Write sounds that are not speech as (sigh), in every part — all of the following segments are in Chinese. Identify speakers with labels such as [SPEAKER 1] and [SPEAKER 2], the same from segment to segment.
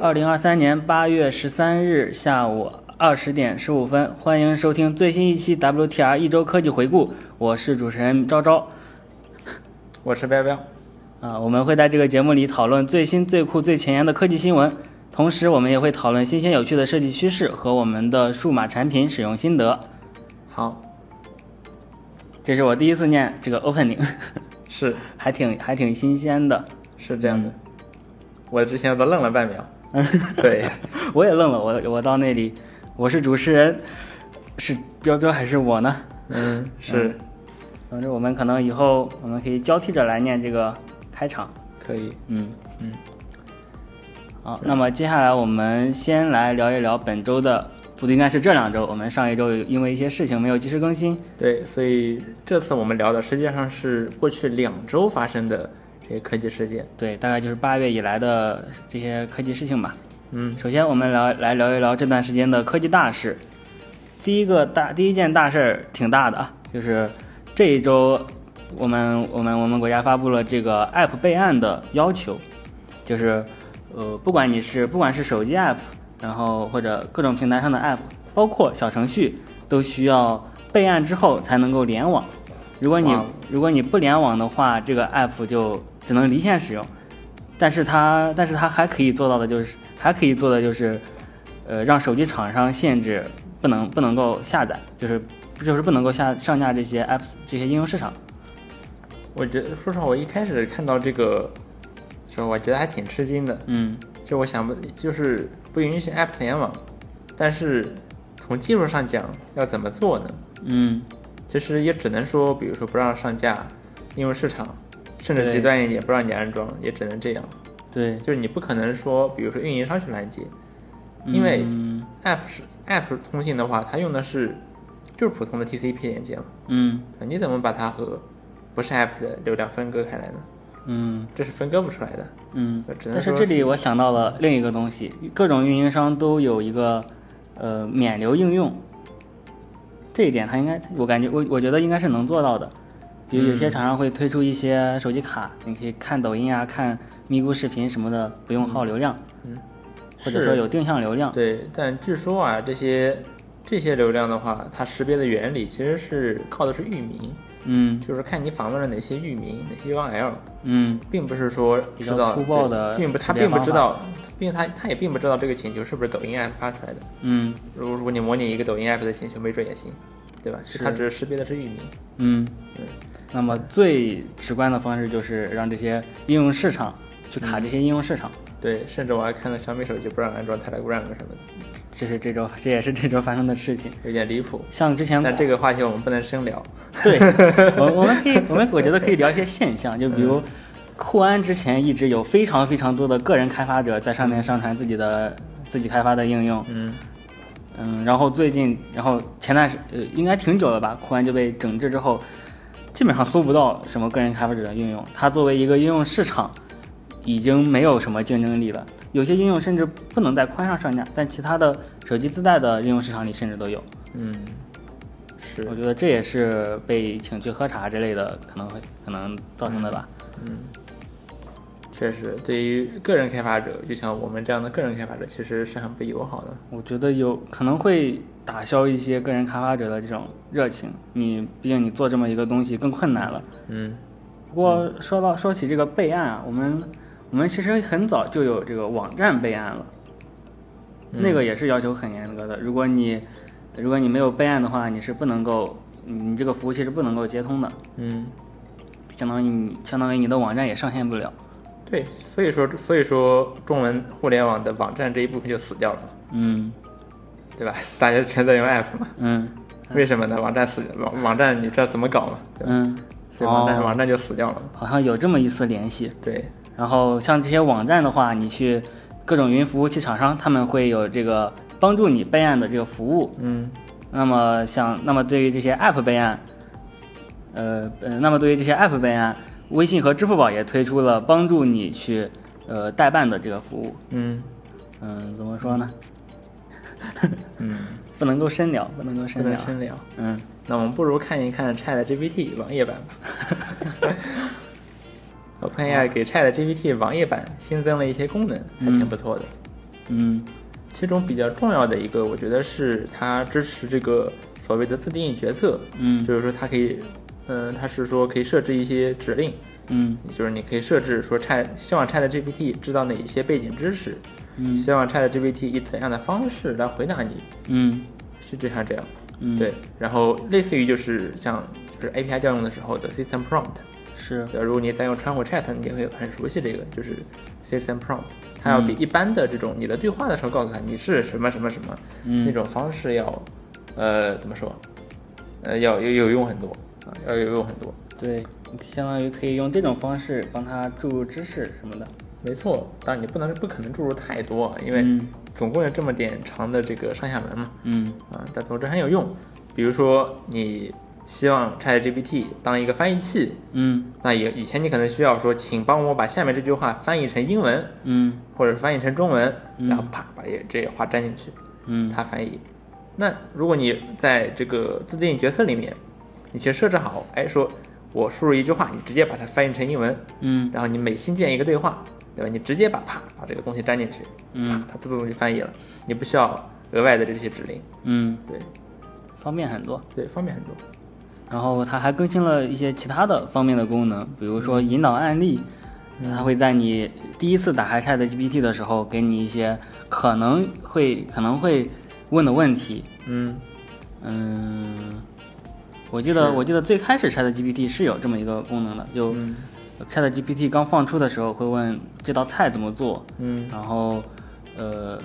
[SPEAKER 1] 二零二三年八月十三日下午二十点十五分，欢迎收听最新一期 WTR 一周科技回顾，我是主持人昭昭。
[SPEAKER 2] 我是彪彪。
[SPEAKER 1] 啊，我们会在这个节目里讨论最新、最酷、最前沿的科技新闻，同时我们也会讨论新鲜有趣的设计趋势和我们的数码产品使用心得。
[SPEAKER 2] 好，
[SPEAKER 1] 这是我第一次念这个 opening，
[SPEAKER 2] 是
[SPEAKER 1] 还挺还挺新鲜的。
[SPEAKER 2] 是这样的，我之前都愣了半 (laughs) 秒。对，
[SPEAKER 1] (laughs) 我也愣了，我我到那里，我是主持人，是彪彪还是我呢？
[SPEAKER 2] 嗯，是
[SPEAKER 1] 总之，我们可能以后我们可以交替着来念这个开场。
[SPEAKER 2] 可以。
[SPEAKER 1] 嗯，
[SPEAKER 2] 嗯，
[SPEAKER 1] 好，那么接下来我们先来聊一聊本周的，不应该是这两周，我们上一周有因为一些事情没有及时更新。
[SPEAKER 2] 对，所以这次我们聊的实际上是过去两周发生的这些科技事件。
[SPEAKER 1] 对，大概就是八月以来的这些科技事情吧。
[SPEAKER 2] 嗯，
[SPEAKER 1] 首先，我们聊来聊一聊这段时间的科技大事。第一个大第一件大事儿挺大的啊，就是这一周我们我们我们国家发布了这个 App 备案的要求，就是呃，不管你是不管是手机 App，然后或者各种平台上的 App，包括小程序，都需要备案之后才能够联网。如果你
[SPEAKER 2] 哇哦
[SPEAKER 1] 如果你不联网的话，这个 App 就只能离线使用。但是它，但是它还可以做到的就是，还可以做的就是，呃，让手机厂商限制不能不能够下载，就是就是不能够下上架这些 apps 这些应用市场。
[SPEAKER 2] 我觉得说实话，我一开始看到这个时候，我觉得还挺吃惊的。
[SPEAKER 1] 嗯，
[SPEAKER 2] 就我想不，就是不允许 App 联网，但是从技术上讲要怎么做呢？
[SPEAKER 1] 嗯，
[SPEAKER 2] 其实也只能说，比如说不让上架应用市场，甚至
[SPEAKER 1] 对
[SPEAKER 2] 极端一点不让你安装，也只能这样。
[SPEAKER 1] 对，
[SPEAKER 2] 就是你不可能说，比如说运营商去拦截，因为
[SPEAKER 1] 嗯
[SPEAKER 2] App 是 App 通信的话，它用的是就是普通的 TCP 连接嘛，
[SPEAKER 1] 嗯
[SPEAKER 2] 你怎么把它和不是 App 的流量分割开来呢？
[SPEAKER 1] 嗯
[SPEAKER 2] 这是分割不出来的。
[SPEAKER 1] 嗯
[SPEAKER 2] 只能
[SPEAKER 1] 但是
[SPEAKER 2] 说
[SPEAKER 1] 这里
[SPEAKER 2] 是
[SPEAKER 1] 我想到了另一个东西，各种运营商都有一个呃免流应用，这一点它应该，我感觉我我觉得应该是能做到的。比如有
[SPEAKER 2] 嗯
[SPEAKER 1] 些厂商会推出一些手机卡，你可以看抖音啊、看咪咕视频什么的，不用耗流量，
[SPEAKER 2] 嗯，
[SPEAKER 1] 或者
[SPEAKER 2] 是
[SPEAKER 1] 说有定向流量。
[SPEAKER 2] 对，但据说啊，这些这些流量的话，它识别的原理其实是靠的是域名，
[SPEAKER 1] 嗯
[SPEAKER 2] 就是看你访问了哪些域名、哪些 URL，
[SPEAKER 1] 嗯
[SPEAKER 2] 并不是说
[SPEAKER 1] 比较
[SPEAKER 2] 知道
[SPEAKER 1] 粗暴的
[SPEAKER 2] 并不
[SPEAKER 1] 识
[SPEAKER 2] 他
[SPEAKER 1] 别
[SPEAKER 2] 并不
[SPEAKER 1] 方
[SPEAKER 2] 知道，并他他也并不知道这个请求是不是抖音 app 发出来的。
[SPEAKER 1] 嗯
[SPEAKER 2] 如如果你模拟一个抖音 app 的请求，没准也行，对吧？
[SPEAKER 1] 是
[SPEAKER 2] 它只是识别的是域名。
[SPEAKER 1] 嗯。
[SPEAKER 2] 对，
[SPEAKER 1] 那么最直观的方式就是让这些应用市场去
[SPEAKER 2] 嗯
[SPEAKER 1] 卡这些应用市场，
[SPEAKER 2] 对，甚至我还看到小米手机不让安装 Telegram 什么的，
[SPEAKER 1] 这是这周这也是这周发生的事情。
[SPEAKER 2] 有点离谱。
[SPEAKER 1] 像之前
[SPEAKER 2] 但这个话题我们不能深 (laughs) 聊。
[SPEAKER 1] 对，我我们可以，我们我觉得可以聊一些现象，就比如
[SPEAKER 2] 嗯
[SPEAKER 1] 酷安之前一直有非常非常多的个人开发者在上面上传自己的自己开发的应用，
[SPEAKER 2] 嗯，
[SPEAKER 1] 嗯，然后最近，然后前段时呃应该挺久了吧，酷安就被整治之后，基本上搜不到什么个人开发者的应用，它作为一个应用市场，已经没有什么竞争力了。有些应用甚至不能在宽上上架，但其他的手机自带的应用市场里甚至都有。
[SPEAKER 2] 嗯，是
[SPEAKER 1] 我，觉得这也是被请去喝茶之类的，可能会可能造成的吧。
[SPEAKER 2] 嗯，确实，对于个人开发者，就像我们这样的个人开发者，其实是很不友好的。
[SPEAKER 1] 我觉得有可能会打消一些个人开发者的这种热情。你毕竟你做这么一个东西更困难了。
[SPEAKER 2] 嗯，
[SPEAKER 1] 不过说到说起这个备案啊，我们我们其实很早就有这个网站备案了，
[SPEAKER 2] 嗯
[SPEAKER 1] 那个也是要求很严格的。如果你如果你没有备案的话，你是不能够你这个服务器是不能够接通的，
[SPEAKER 2] 嗯，
[SPEAKER 1] 相当于你相当于你的网站也上线不了。
[SPEAKER 2] 对，所以说，所以说，中文互联网的网站这一部分就死掉了，
[SPEAKER 1] 嗯
[SPEAKER 2] 对吧？ (laughs) 大家全在用 app 嘛，
[SPEAKER 1] 嗯
[SPEAKER 2] 为什么呢？网站死，网网站你知道怎么搞吗？对吧
[SPEAKER 1] 嗯，
[SPEAKER 2] 所以网站、
[SPEAKER 1] 哦
[SPEAKER 2] 网站就死掉了。
[SPEAKER 1] 好像有这么一丝联系。
[SPEAKER 2] 对，
[SPEAKER 1] 然后像这些网站的话，你去各种云服务器厂商，他们会有这个帮助你备案的这个服务。
[SPEAKER 2] 嗯
[SPEAKER 1] 那么像那么对于这些 App 备案，呃呃，那么对于这些 App 备案，微信和支付宝也推出了帮助你去呃代办的这个服务。
[SPEAKER 2] 嗯
[SPEAKER 1] 嗯，怎么说呢？ (laughs)
[SPEAKER 2] 嗯，
[SPEAKER 1] 不能够深聊，不能够
[SPEAKER 2] 不
[SPEAKER 1] 深
[SPEAKER 2] 能
[SPEAKER 1] 聊。
[SPEAKER 2] 深聊。
[SPEAKER 1] 嗯，
[SPEAKER 2] 那我们不如看一看 Chat GPT 网页版吧。OpenAI 给 Chat GPT 网页版新增了一些功能，还挺不错的。
[SPEAKER 1] 嗯
[SPEAKER 2] 其中比较重要的一个，我觉得是它支持这个所谓的自定义决策，
[SPEAKER 1] 嗯
[SPEAKER 2] 就是说它可以，嗯、它是说可以设置一些指令，
[SPEAKER 1] 嗯
[SPEAKER 2] 就是你可以设置说 Chat，希望 Chat GPT 知道哪一些背景知识，
[SPEAKER 1] 嗯
[SPEAKER 2] 希望 Chat GPT 以怎样的方式来回答你，
[SPEAKER 1] 嗯
[SPEAKER 2] 是就像这样，
[SPEAKER 1] 嗯，
[SPEAKER 2] 对，，然后类似于就是像就是 API 调用的时候的 system prompt，
[SPEAKER 1] 是，
[SPEAKER 2] 对，如果你在用窗户 Chat，你也会很熟悉这个，就是 system prompt，它要比
[SPEAKER 1] 嗯
[SPEAKER 2] 一般的这种你的对话的时候告诉他你是什么什么什么、
[SPEAKER 1] 嗯
[SPEAKER 2] 那种方式要，呃，怎么说，呃，要有有用很多啊，要有用很多，
[SPEAKER 1] 对，相当于可以用这种方式帮他注入知识什么的。
[SPEAKER 2] 没错，但你不能不可能注入太多啊，因为
[SPEAKER 1] 嗯
[SPEAKER 2] 总共有这么点长的这个上下文嘛，
[SPEAKER 1] 嗯
[SPEAKER 2] 啊，但总之很有用。比如说你希望 ChatGPT 当一个翻译器，
[SPEAKER 1] 嗯
[SPEAKER 2] 那也以前你可能需要说，请帮我把下面这句话翻译成英文，
[SPEAKER 1] 嗯
[SPEAKER 2] 或者翻译成中文，
[SPEAKER 1] 嗯
[SPEAKER 2] 然后啪把这这话粘进去，
[SPEAKER 1] 嗯，
[SPEAKER 2] 它翻译。那如果你在这个自定义角色里面，你去设置好，哎，说我输入一句话，你直接把它翻译成英文，
[SPEAKER 1] 嗯
[SPEAKER 2] 然后你每新建一个对话，对吧？你直接把啪把这个东西粘进去，啪
[SPEAKER 1] 嗯
[SPEAKER 2] 它自动就翻译了，你不需要额外的这些指令，
[SPEAKER 1] 嗯，
[SPEAKER 2] 对
[SPEAKER 1] 方便很多。
[SPEAKER 2] 对，方便很多。
[SPEAKER 1] 然后它还更新了一些其他的方面的功能，比如说引导案例，它会在你第一次打开 Chat GPT 的时候，给你一些可能会可能会问的问题。
[SPEAKER 2] 嗯，
[SPEAKER 1] 嗯，我记得
[SPEAKER 2] 是
[SPEAKER 1] 我记得最开始 Chat GPT 是有这么一个功能的，就、
[SPEAKER 2] 嗯
[SPEAKER 1] Chat GPT 刚放出的时候会问这道菜怎么做，
[SPEAKER 2] 嗯
[SPEAKER 1] 然后呃，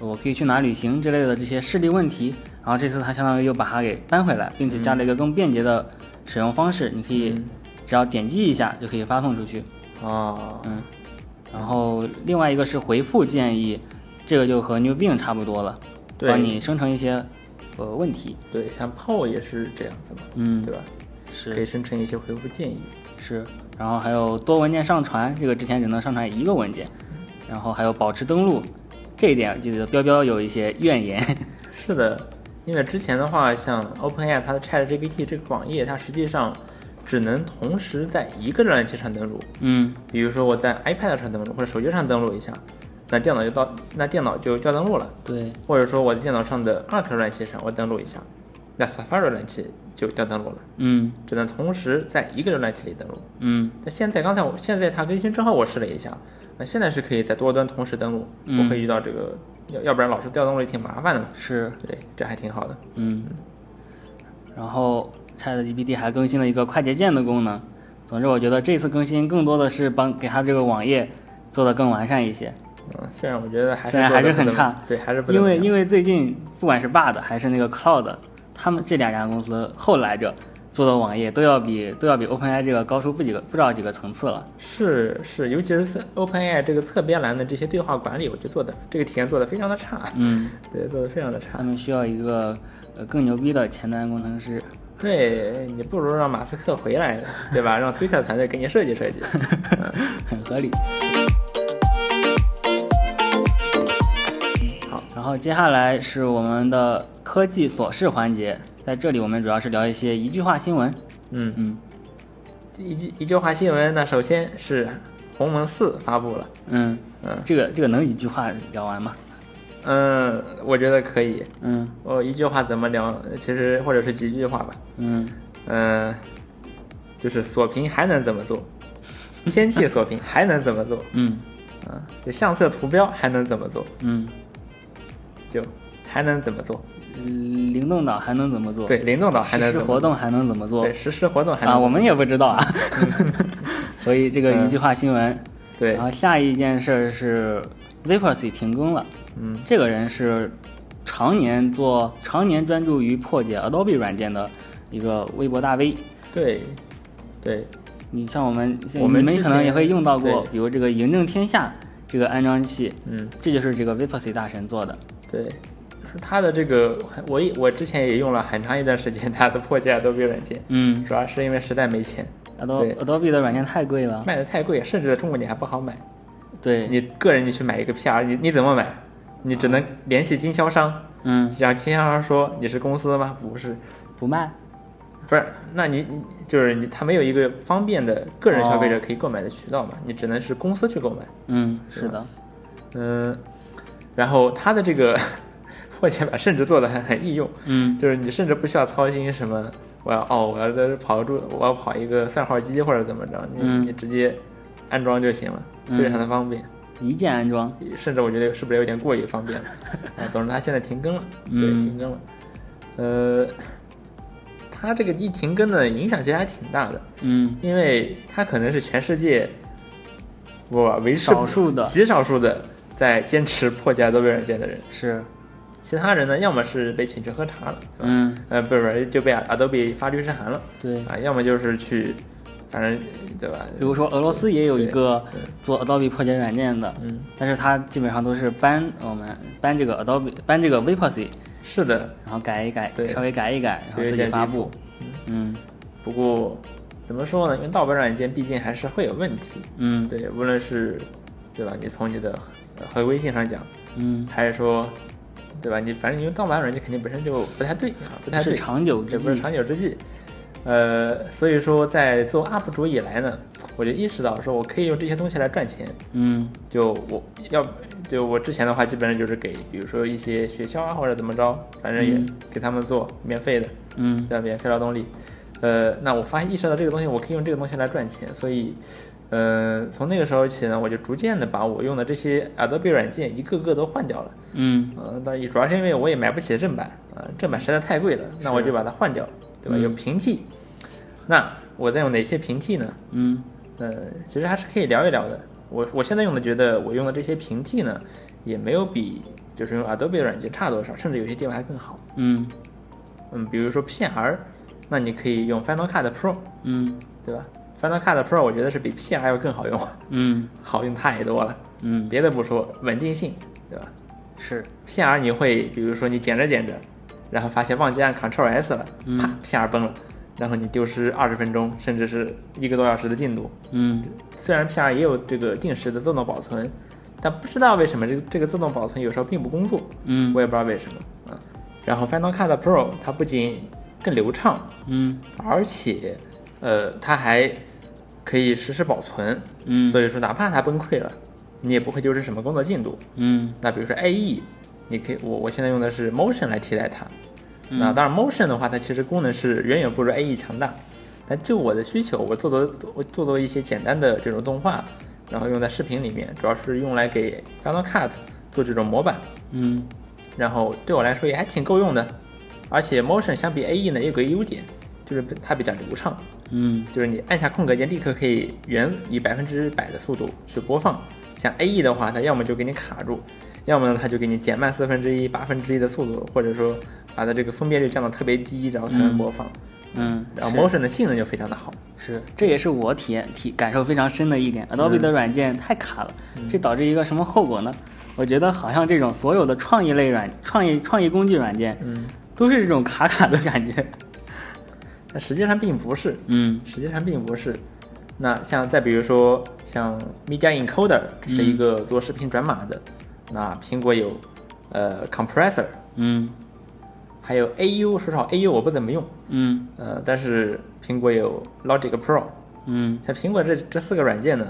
[SPEAKER 1] 我可以去哪旅行之类的这些事例问题。然后这次它相当于又把它给搬回来，并且加了一个更便捷的使用方式，你可以
[SPEAKER 2] 嗯
[SPEAKER 1] 只要点击一下就可以发送出去。
[SPEAKER 2] 啊，
[SPEAKER 1] 嗯，然后
[SPEAKER 2] 嗯
[SPEAKER 1] 另外一个是回复建议，这个就和 New Bing 差不多了，
[SPEAKER 2] 对
[SPEAKER 1] 帮你生成一些呃问题。
[SPEAKER 2] 对，像 PO 也是这样子嘛，
[SPEAKER 1] 嗯，
[SPEAKER 2] 对吧？可以
[SPEAKER 1] 是
[SPEAKER 2] 生成一些回复建议。
[SPEAKER 1] 是，然后还有多文件上传，这个之前只能上传一个文件，然后还有保持登录，这一点就觉得彪彪有一些怨言。 (laughs)
[SPEAKER 2] 是的，因为之前的话，像 OpenAI 它的 ChatGPT 这个网页，它实际上只能同时在一个浏览器上登录。
[SPEAKER 1] 嗯
[SPEAKER 2] 比如说我在 iPad 上登录，或者手机上登录一下，那电脑就到那电脑就要登录了。，
[SPEAKER 1] 对，
[SPEAKER 2] 或者说我在电脑上的 Arc 浏览器上我登录一下，那 Safari 浏览器就要登录了，
[SPEAKER 1] 嗯
[SPEAKER 2] 只能同时在一个浏览器里登录。
[SPEAKER 1] 嗯
[SPEAKER 2] 那现在刚才我现在它更新之后，我试了一下，那现在是可以在多端同时登录，
[SPEAKER 1] 嗯
[SPEAKER 2] 不会遇到这个，要要不然老是调动了也挺麻烦的嘛。
[SPEAKER 1] 是，
[SPEAKER 2] 对，这还挺好的。
[SPEAKER 1] 嗯，然后 ChatGPT 还更新了一个快捷键的功能。总之，我觉得这次更新更多的是帮给它这个网页做得更完善一些，
[SPEAKER 2] 嗯，虽然我觉得还是
[SPEAKER 1] 虽然
[SPEAKER 2] 做得
[SPEAKER 1] 还是
[SPEAKER 2] 不
[SPEAKER 1] 很
[SPEAKER 2] 怎么
[SPEAKER 1] 差
[SPEAKER 2] 对，还是不
[SPEAKER 1] 因为因
[SPEAKER 2] 为
[SPEAKER 1] 为最近不管是 Bard 还是那个 Cloud，他们这两家公司后来者做的网页都要比都要比 OpenAI 这个高出不几个不知道几个层次了。
[SPEAKER 2] 是是，尤其是侧 OpenAI 这个侧边栏的这些对话管理，我觉得做的这个体验做的非常的差，
[SPEAKER 1] 嗯，
[SPEAKER 2] 对，做的非常的差
[SPEAKER 1] 他。们需要一个呃更牛逼的前端工程师。 (laughs)
[SPEAKER 2] 对你不如让马斯克回来，对吧？让推特团队给你设计设计。嗯
[SPEAKER 1] 很合理。
[SPEAKER 2] 好，
[SPEAKER 1] 然后接下来是我们的科技琐事环节，在这里我们主要是聊一些一句话新闻。
[SPEAKER 2] 嗯，
[SPEAKER 1] 嗯
[SPEAKER 2] 一句一句话新闻，那首先是鸿蒙四发布了。
[SPEAKER 1] 嗯，
[SPEAKER 2] 嗯
[SPEAKER 1] 这个这个能一句话聊完吗？
[SPEAKER 2] 嗯，我觉得可以。
[SPEAKER 1] 嗯
[SPEAKER 2] 我一句话怎么聊？其实或者是几句话吧。
[SPEAKER 1] 嗯，
[SPEAKER 2] 嗯，就是锁屏还能怎么做？天气锁屏还能怎么做？
[SPEAKER 1] 嗯
[SPEAKER 2] 嗯，就相册图标还能怎么做？
[SPEAKER 1] 嗯，
[SPEAKER 2] 就还能怎么做？
[SPEAKER 1] 呃灵动岛还能怎么做？
[SPEAKER 2] 对，，灵动岛还能
[SPEAKER 1] 实时
[SPEAKER 2] 怎么
[SPEAKER 1] 活
[SPEAKER 2] 做？
[SPEAKER 1] 动还能怎么做
[SPEAKER 2] 对，？实时活动还能
[SPEAKER 1] 啊，我们也不知道
[SPEAKER 2] (laughs)
[SPEAKER 1] 啊。所以这个
[SPEAKER 2] 嗯
[SPEAKER 1] 一句话新闻。
[SPEAKER 2] 对
[SPEAKER 1] 然，后下一件事儿是 Vaporcy 停更了。
[SPEAKER 2] 嗯
[SPEAKER 1] 这个人是常年做、常年专注于破解 Adobe 软件的一个微博大 V。
[SPEAKER 2] 对对
[SPEAKER 1] 你像我们，像
[SPEAKER 2] 我们
[SPEAKER 1] 你
[SPEAKER 2] 之
[SPEAKER 1] 们可能
[SPEAKER 2] 前
[SPEAKER 1] 也会用到过，
[SPEAKER 2] 对
[SPEAKER 1] 比如这个嬴政天下这个安装器，
[SPEAKER 2] 嗯
[SPEAKER 1] 这就是这个 Vaporcy 大神做的。
[SPEAKER 2] 对，就是它的这个，我也我之前也用了很长一段时间它的破解 Adobe 软件，
[SPEAKER 1] 嗯
[SPEAKER 2] 主要是因为实在没钱，
[SPEAKER 1] ，Adobe
[SPEAKER 2] 对
[SPEAKER 1] Adobe 的软件太贵了。
[SPEAKER 2] 卖的太贵，甚至在中国你还不好买。
[SPEAKER 1] 啊对，啊
[SPEAKER 2] 你个人你去买一个 PR，你你怎么买？你只能联系经销商，
[SPEAKER 1] 嗯
[SPEAKER 2] 让经销商说你是公司吗？不是，
[SPEAKER 1] 不卖。
[SPEAKER 2] 不是，那你你就是你，他没有一个方便的个人消费者可以购买的渠道嘛，你只能是公司去购买。
[SPEAKER 1] 嗯，是的。
[SPEAKER 2] 嗯、然后它的这个 (laughs) 破解法甚至做的很很易用，
[SPEAKER 1] 嗯
[SPEAKER 2] 就是你甚至不需要操心什么，我要哦，我要在这跑住，我要跑一个算号机或者怎么着，你、
[SPEAKER 1] 嗯
[SPEAKER 2] 你直接安装就行了，
[SPEAKER 1] 嗯
[SPEAKER 2] 非常的方便。
[SPEAKER 1] 一键安装，
[SPEAKER 2] 甚至我觉得是不是有点过于方便
[SPEAKER 1] (laughs)
[SPEAKER 2] 了？啊，总之它现在停更了，对，
[SPEAKER 1] 嗯
[SPEAKER 2] 停更了。呃，它这个一停更呢，影响其实还挺大的，
[SPEAKER 1] 嗯
[SPEAKER 2] 因为它可能是全世界我为数
[SPEAKER 1] 少数的
[SPEAKER 2] 极少数的在坚持破解 Adobe 软件的人，
[SPEAKER 1] 是，
[SPEAKER 2] 其他人呢，要么是被请去喝茶了，是吧
[SPEAKER 1] 嗯
[SPEAKER 2] 呃，不是不是就被 Adobe 发律师函了
[SPEAKER 1] 对。
[SPEAKER 2] 啊，要么就是去，反正对吧？
[SPEAKER 1] 比如说俄罗斯也有一个
[SPEAKER 2] 对对
[SPEAKER 1] 做 Adobe 破解软件的，
[SPEAKER 2] 嗯，
[SPEAKER 1] 但是它基本上都是搬我们搬这个 Adobe 搬这个 VPC，
[SPEAKER 2] 是的，
[SPEAKER 1] 然后改一改，
[SPEAKER 2] 对
[SPEAKER 1] 稍微改一改，然后
[SPEAKER 2] 就有
[SPEAKER 1] 自己
[SPEAKER 2] 点
[SPEAKER 1] 发
[SPEAKER 2] 离谱
[SPEAKER 1] 布。嗯
[SPEAKER 2] 不过怎么说呢？因为盗版软件毕竟还是会有问题，
[SPEAKER 1] 嗯
[SPEAKER 2] 对，无论是对吧？你从你的呃合规性上讲，
[SPEAKER 1] 嗯，
[SPEAKER 2] 还是说对吧？你反正你用盗版软件肯定本身就不太对啊，不太
[SPEAKER 1] 是
[SPEAKER 2] 对，
[SPEAKER 1] 长久之
[SPEAKER 2] 这不是
[SPEAKER 1] 计。
[SPEAKER 2] 长久之计。呃，所以说在做 UP 主以来呢，我就意识到说我可以用这些东西来赚钱。
[SPEAKER 1] 嗯
[SPEAKER 2] 就我要，就我之前的话，基本上就是给，比如说一些学校啊，或者怎么着，反正也
[SPEAKER 1] 嗯
[SPEAKER 2] 给他们做免费的，
[SPEAKER 1] 嗯
[SPEAKER 2] 对吧，免费劳动力。呃，那我发现意识到这个东西，我可以用这个东西来赚钱，所以，呃，从那个时候起呢，我就逐渐的把我用的这些 Adobe 软件一个个都换掉了。
[SPEAKER 1] 嗯
[SPEAKER 2] 嗯，但也主要是因为我也买不起正版啊、正版实在太贵了，那我就把它换掉，对吧？
[SPEAKER 1] 嗯
[SPEAKER 2] 有平替，那我在用哪些平替呢？
[SPEAKER 1] 嗯
[SPEAKER 2] 呃，其实还是可以聊一聊的。我我现在用的，觉得我用的这些平替呢，也没有比就是用 Adobe 软件差多少，甚至有些地方还更好。
[SPEAKER 1] 嗯
[SPEAKER 2] 嗯，比如说 PR，那你可以用 Final Cut Pro，
[SPEAKER 1] 嗯
[SPEAKER 2] 对吧？Final Cut Pro 我觉得是比 PR 要更好用，
[SPEAKER 1] 嗯
[SPEAKER 2] 好用太多了。
[SPEAKER 1] 嗯，
[SPEAKER 2] 别的不说，稳定性，对吧
[SPEAKER 1] 是，
[SPEAKER 2] ？PR 你会比如说你剪着剪着，然后发现忘记按 Ctrl S 了，
[SPEAKER 1] 嗯
[SPEAKER 2] 啪，PR 崩了，然后你丢失二十分钟甚至是一个多小时的进度。
[SPEAKER 1] 嗯
[SPEAKER 2] 虽然 PR 也有这个定时的自动保存，但不知道为什么这个这个自动保存有时候并不工作，
[SPEAKER 1] 嗯
[SPEAKER 2] 我也不知道为什么啊。然后 Final Cut Pro 它不仅更流畅，
[SPEAKER 1] 嗯
[SPEAKER 2] 而且呃它还可以实时保存，
[SPEAKER 1] 嗯
[SPEAKER 2] 所以说哪怕它崩溃了，你也不会丢失什么工作进度。
[SPEAKER 1] 嗯
[SPEAKER 2] 那比如说 AE，你可以我我现在用的是 Motion 来替代它。
[SPEAKER 1] 嗯
[SPEAKER 2] 那当然，Motion 的话，它其实功能是远远不如 AE 强大。但就我的需求，我做做我做做一些简单的这种动画，然后用在视频里面，主要是用来给 Final Cut 做这种模板，
[SPEAKER 1] 嗯
[SPEAKER 2] 然后对我来说也还挺够用的。而且 Motion 相比 AE 呢，也有个优点，就是它比较流畅，
[SPEAKER 1] 嗯
[SPEAKER 2] 就是你按下空格键，立刻可以原以百分之百的速度去播放。像 A E 的话，它要么就给你卡住，要么呢它就给你减慢四分之一、八分之一的速度，或者说把它这个分辨率降到特别低，然后才能播放。
[SPEAKER 1] 嗯，
[SPEAKER 2] 然
[SPEAKER 1] 是
[SPEAKER 2] 后 Motion 的性能就非常的好。
[SPEAKER 1] 是，这也是我体验体感受非常深的一
[SPEAKER 2] 嗯
[SPEAKER 1] 点。Adobe 的软件太卡了，这导致一个什么后果呢？我觉得好像这种所有的创意类软、创意创意工具软件，
[SPEAKER 2] 嗯，
[SPEAKER 1] 都是这种卡卡的感觉。
[SPEAKER 2] 但实际上并不是，
[SPEAKER 1] 嗯
[SPEAKER 2] 实际上并不是。那像再比如说像 Media Encoder，这
[SPEAKER 1] 嗯
[SPEAKER 2] 是一个做视频转码的。那苹果有呃 Compressor，
[SPEAKER 1] 嗯
[SPEAKER 2] 还有 A U，说实话 A U 我不怎么用。
[SPEAKER 1] 嗯
[SPEAKER 2] 呃，但是苹果有 Logic Pro，
[SPEAKER 1] 嗯
[SPEAKER 2] 像苹果这这四个软件呢，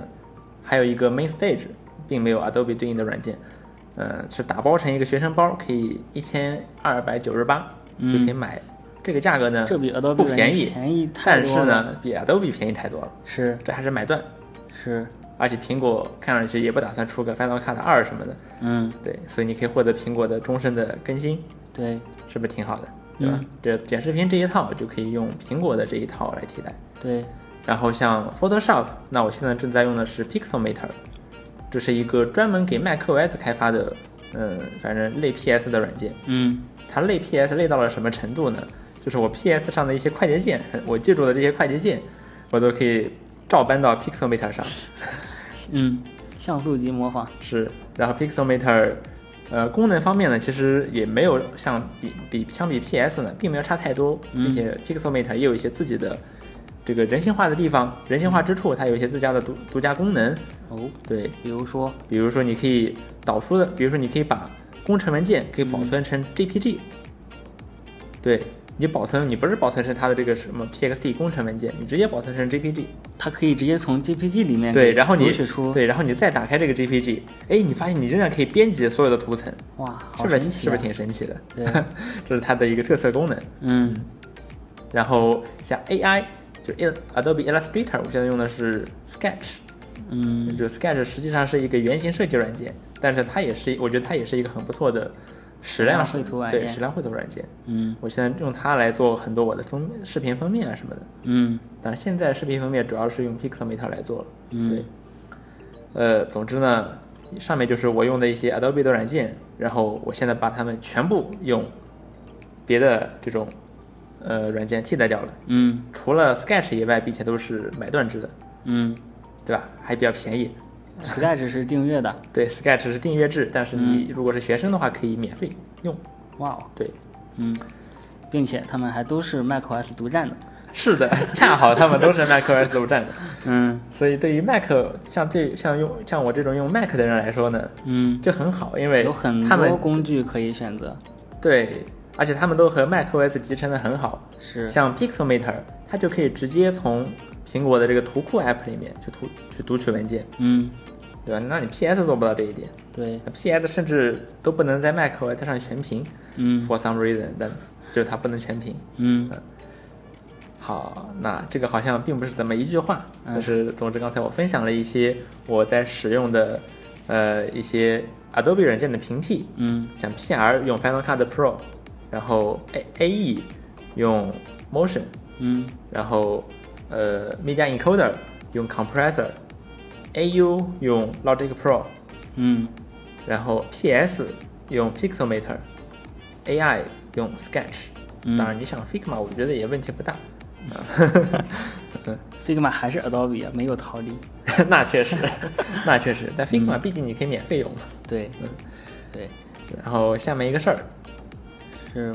[SPEAKER 2] 还有一个 Main Stage，并没有 Adobe 对应的软件，呃，是打包成一个学生包，可以一千二百九十八就可以买，这个价格
[SPEAKER 1] 嗯
[SPEAKER 2] 呢，
[SPEAKER 1] 这比 Adobe
[SPEAKER 2] 不便
[SPEAKER 1] 软件便宜太
[SPEAKER 2] 但
[SPEAKER 1] 多
[SPEAKER 2] 是呢
[SPEAKER 1] 了，
[SPEAKER 2] 比 Adobe 便宜太多了，
[SPEAKER 1] 是
[SPEAKER 2] 这还是买断，
[SPEAKER 1] 是，
[SPEAKER 2] 而且苹果看上去也不打算出个 Final Cut 二什么的，
[SPEAKER 1] 嗯
[SPEAKER 2] 对，所以你可以获得苹果的终身的更新，
[SPEAKER 1] 对，
[SPEAKER 2] 是不是挺好的，对吧？
[SPEAKER 1] 嗯
[SPEAKER 2] 这剪视频这一套就可以用苹果的这一套来替代。
[SPEAKER 1] 对，
[SPEAKER 2] 然后像 Photoshop，那我现在正在用的是 Pixelmator，这是一个专门给 macOS 开发的，嗯，反正类 PS 的软件。
[SPEAKER 1] 嗯
[SPEAKER 2] 它类 PS 类到了什么程度呢？就是我 PS 上的一些快捷键，我记住的这些快捷键，我都可以照搬到 Pixelmator 上。
[SPEAKER 1] 嗯，像素级模仿，
[SPEAKER 2] 是，然后 Pixelmator，呃，功能方面呢，其实也没有像比比相比 PS 呢，并没有差太多，
[SPEAKER 1] 嗯
[SPEAKER 2] 并且 Pixelmator 也有一些自己的这个人性化的地方，人性化之处，它有一些自家的独独家功能。
[SPEAKER 1] 哦，
[SPEAKER 2] 对，
[SPEAKER 1] 比如说，
[SPEAKER 2] 比如说你可以导出
[SPEAKER 1] 嗯
[SPEAKER 2] 的，比如说你可以把工程文件可以保存成 JPG，、对，你保存你不是保存成它的这个什么 PXT 工程文件，你直接保存成 JPG。
[SPEAKER 1] 它可以直接从 JPG 里面
[SPEAKER 2] 对，然后你
[SPEAKER 1] 读取出，
[SPEAKER 2] 对，然后你再打开这个 JPG，哎，你发现你仍然可以编辑所有的图层，
[SPEAKER 1] 哇，好
[SPEAKER 2] 是不是
[SPEAKER 1] 神奇啊
[SPEAKER 2] 是不是挺神奇的？
[SPEAKER 1] 对
[SPEAKER 2] (laughs) 这是它的一个特色功能。
[SPEAKER 1] 嗯
[SPEAKER 2] 然后像 AI，就 Il- Adobe Illustrator，我现在用的是 Sketch，
[SPEAKER 1] 嗯
[SPEAKER 2] 就 Sketch 实际上是一个原型设计软件，但是它也是，我觉得它也是一个很不错的矢量
[SPEAKER 1] 矢量绘图软
[SPEAKER 2] 对
[SPEAKER 1] 件
[SPEAKER 2] 矢量绘图软件。
[SPEAKER 1] 嗯
[SPEAKER 2] 我现在用它来做很多我的封视频封面啊什么的。
[SPEAKER 1] 嗯
[SPEAKER 2] 但是现在视频封面主要是用 Pixelmator 来做了。
[SPEAKER 1] 嗯
[SPEAKER 2] 对。呃，总之呢，上面就是我用的一些 Adobe 的软件，然后我现在把它们全部用别的这种呃软件替代掉了。
[SPEAKER 1] 嗯
[SPEAKER 2] 除了 Sketch 以外，并且都是买断制的，
[SPEAKER 1] 嗯
[SPEAKER 2] 对吧？还比较便宜。
[SPEAKER 1] 实在只是订阅的，
[SPEAKER 2] 对，Sketch 是订阅制，但是你如果是学生的话，可以免费用。
[SPEAKER 1] 哇哦，
[SPEAKER 2] 对，
[SPEAKER 1] 嗯，并且他们还都是 macOS 独占的，
[SPEAKER 2] 是的， (laughs) 恰好他们都是 macOS 独占的，
[SPEAKER 1] 嗯
[SPEAKER 2] 所以对于 Mac 像对像用像我这种用 Mac 的人来说呢，
[SPEAKER 1] 嗯，
[SPEAKER 2] 就很好，因为
[SPEAKER 1] 有很
[SPEAKER 2] 他
[SPEAKER 1] 多
[SPEAKER 2] 们
[SPEAKER 1] 工具可以选择，
[SPEAKER 2] 对，而且他们都和 macOS 集成的很好。
[SPEAKER 1] 是
[SPEAKER 2] 像 Pixelmator，它就可以直接从苹果的这个图库 App 里面去读去读取文件，
[SPEAKER 1] 嗯
[SPEAKER 2] 对吧？那你 PS 做不到这一点
[SPEAKER 1] 对，
[SPEAKER 2] ，PS 甚至都不能在 macOS 上全屏。
[SPEAKER 1] 嗯
[SPEAKER 2] for some reason，但就是它不能全屏。
[SPEAKER 1] 嗯
[SPEAKER 2] 好，那这个好像并不是怎么一句话，
[SPEAKER 1] 嗯
[SPEAKER 2] 但是总之刚才我分享了一些我在使用的呃一些 Adobe 软件的平替，
[SPEAKER 1] 嗯
[SPEAKER 2] 像 PR 用 Final Cut Pro，然后 A AE 用 Motion，
[SPEAKER 1] 嗯
[SPEAKER 2] 然后呃 Media Encoder 用 Compressor，AU 用 Logic Pro，
[SPEAKER 1] 嗯
[SPEAKER 2] 然后 PS 用 Pixelmator，AI 用 Sketch，、
[SPEAKER 1] 嗯
[SPEAKER 2] 当然你想 Figma，我觉得也问题不大。啊嗯
[SPEAKER 1] ，Figma 还是 Adobe 啊没有逃离，
[SPEAKER 2] (laughs) 那确实， (laughs) 嗯那确实，但 Figma 毕竟你可以免费用嘛。
[SPEAKER 1] 对
[SPEAKER 2] 嗯
[SPEAKER 1] 对，
[SPEAKER 2] 然后下面一个事儿，
[SPEAKER 1] 是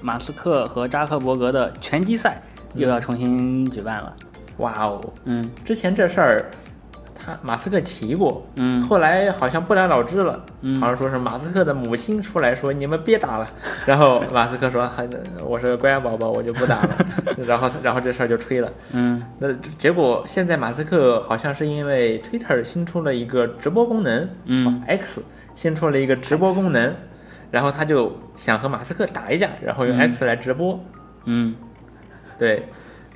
[SPEAKER 1] 马斯克和扎克伯格的拳击赛又要重新举办了，
[SPEAKER 2] 哇哦，
[SPEAKER 1] 嗯
[SPEAKER 2] 之前这事儿他马斯克提过，
[SPEAKER 1] 嗯
[SPEAKER 2] 后来好像不了了之了，
[SPEAKER 1] 嗯
[SPEAKER 2] 好像说是马斯克的母亲出来说你们别
[SPEAKER 1] (laughs)
[SPEAKER 2] 打了，然后马斯克说，还我是个乖宝宝，我就不打了， (laughs) 然后然后这事儿就吹了。
[SPEAKER 1] 嗯
[SPEAKER 2] 那结果现在马斯克好像是因为 Twitter 新出了一个直播功能，
[SPEAKER 1] 嗯
[SPEAKER 2] 哇，X 新出了一个直播功能，然后他就想和马斯克打一架，然后用 X 来直播，
[SPEAKER 1] 嗯
[SPEAKER 2] 对，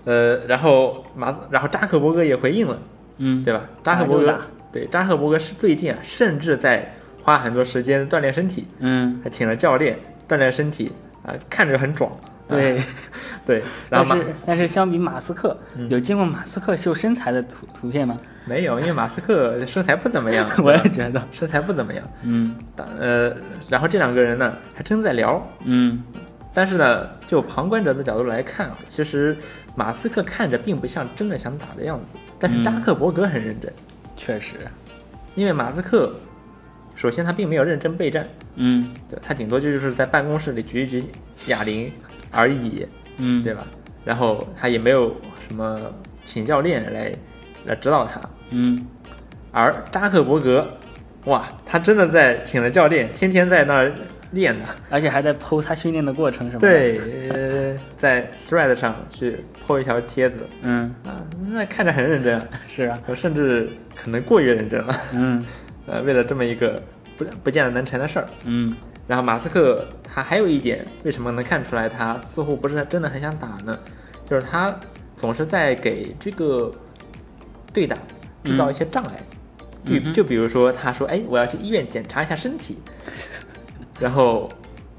[SPEAKER 2] 呃，然后马斯，然后扎克伯格也回应了，
[SPEAKER 1] 嗯，
[SPEAKER 2] 对吧？扎克伯
[SPEAKER 1] 打就
[SPEAKER 2] 格
[SPEAKER 1] 打
[SPEAKER 2] 对扎克伯格是最近啊，甚至在花很多时间锻炼身体，
[SPEAKER 1] 嗯
[SPEAKER 2] 还请了教练锻炼身体啊、看着很壮，
[SPEAKER 1] (laughs) 对
[SPEAKER 2] 啊对，
[SPEAKER 1] (laughs)
[SPEAKER 2] 然
[SPEAKER 1] 但
[SPEAKER 2] 后马
[SPEAKER 1] 是但是相比马斯克，
[SPEAKER 2] 嗯
[SPEAKER 1] 有见过马斯克秀身材的图图片吗？，
[SPEAKER 2] 没有，因为马斯克身材不怎么样
[SPEAKER 1] (laughs) 我也觉得，
[SPEAKER 2] 身材不怎么样。
[SPEAKER 1] 嗯
[SPEAKER 2] 当呃，然后这两个人呢还真在聊，
[SPEAKER 1] 嗯
[SPEAKER 2] 但是呢，就旁观者的角度来看，啊其实马斯克看着并不像真的想打的样子，但是扎
[SPEAKER 1] 嗯
[SPEAKER 2] 克伯格很认真，
[SPEAKER 1] 确实，
[SPEAKER 2] 因为马斯克首先他并没有认真备战，
[SPEAKER 1] 嗯
[SPEAKER 2] 对吧他顶多就是在办公室里举一举哑铃而已，
[SPEAKER 1] 嗯，
[SPEAKER 2] 对？吧？然后他也没有什么请教练来来指导他，
[SPEAKER 1] 嗯
[SPEAKER 2] 而扎克伯格，哇，他真的在请了教练，天天在那儿练呢。
[SPEAKER 1] 而且还在剖他训练的过程什么的。，
[SPEAKER 2] 对，呃，在 Thread 上去 po 一条帖子
[SPEAKER 1] 嗯，
[SPEAKER 2] 啊，那看着很认真，
[SPEAKER 1] 是啊，
[SPEAKER 2] 我甚至可能过于认真了。
[SPEAKER 1] 嗯
[SPEAKER 2] 呃，为了这么一个不不见得能成的事儿，
[SPEAKER 1] 嗯
[SPEAKER 2] 然后马斯克他还有一点，为什么能看出来他似乎不是真的很想打呢？就是他总是在给这个对打制造一些障碍。就
[SPEAKER 1] 嗯哼
[SPEAKER 2] 就比如说，他说：“哎，我要去医院检查一下身
[SPEAKER 1] (laughs)
[SPEAKER 2] 体。”然后，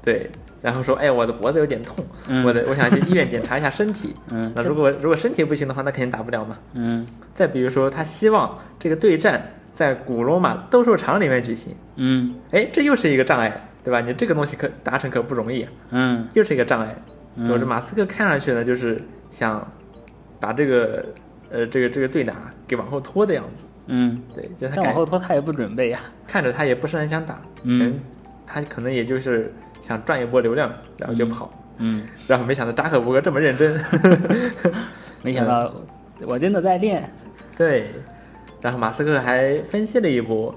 [SPEAKER 2] 对，然后说：“哎，我的脖子有点痛，
[SPEAKER 1] 嗯
[SPEAKER 2] 我的我想去医院检查一下身体。
[SPEAKER 1] (laughs) 嗯
[SPEAKER 2] 那如果如果身体不行的话，那肯定打不了嘛。
[SPEAKER 1] 嗯
[SPEAKER 2] 再比如说，他希望这个对战在古罗马斗兽场里面举行，
[SPEAKER 1] 嗯
[SPEAKER 2] 哎，这又是一个障碍，对吧？你这个东西可达成可不容易啊，
[SPEAKER 1] 嗯
[SPEAKER 2] 又是一个障碍。
[SPEAKER 1] 嗯
[SPEAKER 2] 总之，马斯克看上去呢，就是想把这个呃这个这个对打给往后拖的样子。
[SPEAKER 1] 嗯，
[SPEAKER 2] 对，就他
[SPEAKER 1] 但
[SPEAKER 2] 感
[SPEAKER 1] 往后拖他也不准备呀。
[SPEAKER 2] 看着他也不是很想打，
[SPEAKER 1] 嗯
[SPEAKER 2] 可能他可能也就是想赚一波流量，然后就跑。
[SPEAKER 1] 嗯，
[SPEAKER 2] 然后没想到扎克伯格这么认真，
[SPEAKER 1] (laughs)
[SPEAKER 2] 嗯
[SPEAKER 1] 没想到我真的在练。
[SPEAKER 2] 对，然后马斯克还分析了一波，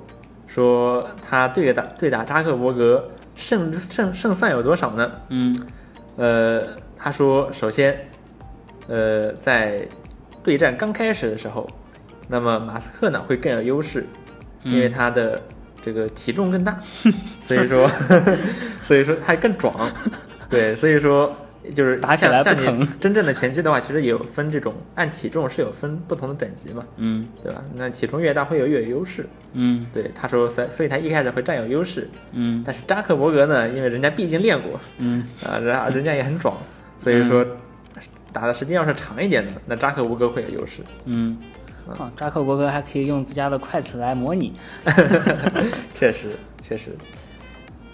[SPEAKER 2] 说他对打对打扎克伯格胜胜胜算有多少呢？
[SPEAKER 1] 嗯
[SPEAKER 2] 呃，他他说，首先，呃，在对战刚开始的时候，那么马斯克呢会更有优势，因为
[SPEAKER 1] 嗯
[SPEAKER 2] 他的这个体重
[SPEAKER 1] (laughs)
[SPEAKER 2] 更大，所以说， (laughs) 所以说他更
[SPEAKER 1] (laughs)
[SPEAKER 2] 壮，对，所以说。就是
[SPEAKER 1] 打起
[SPEAKER 2] 像
[SPEAKER 1] 来
[SPEAKER 2] 像
[SPEAKER 1] 不
[SPEAKER 2] 你
[SPEAKER 1] 疼
[SPEAKER 2] 真正的前期的话，其实也有分这种按体重是有分不同的等级嘛，
[SPEAKER 1] 嗯
[SPEAKER 2] 对吧？那体重越大会有越有优势，
[SPEAKER 1] 嗯
[SPEAKER 2] 对，他说所以所以他一开始会占有优势，
[SPEAKER 1] 嗯
[SPEAKER 2] 但是扎克伯格呢，因为人家毕竟练过
[SPEAKER 1] 嗯
[SPEAKER 2] 啊，人家人家也很壮，所以说打的时间要是长一点的，那扎克伯格会有优势。 (laughs)
[SPEAKER 1] 嗯，啊，扎克伯格还可以用自家的快词来模拟，
[SPEAKER 2] 确实，确实，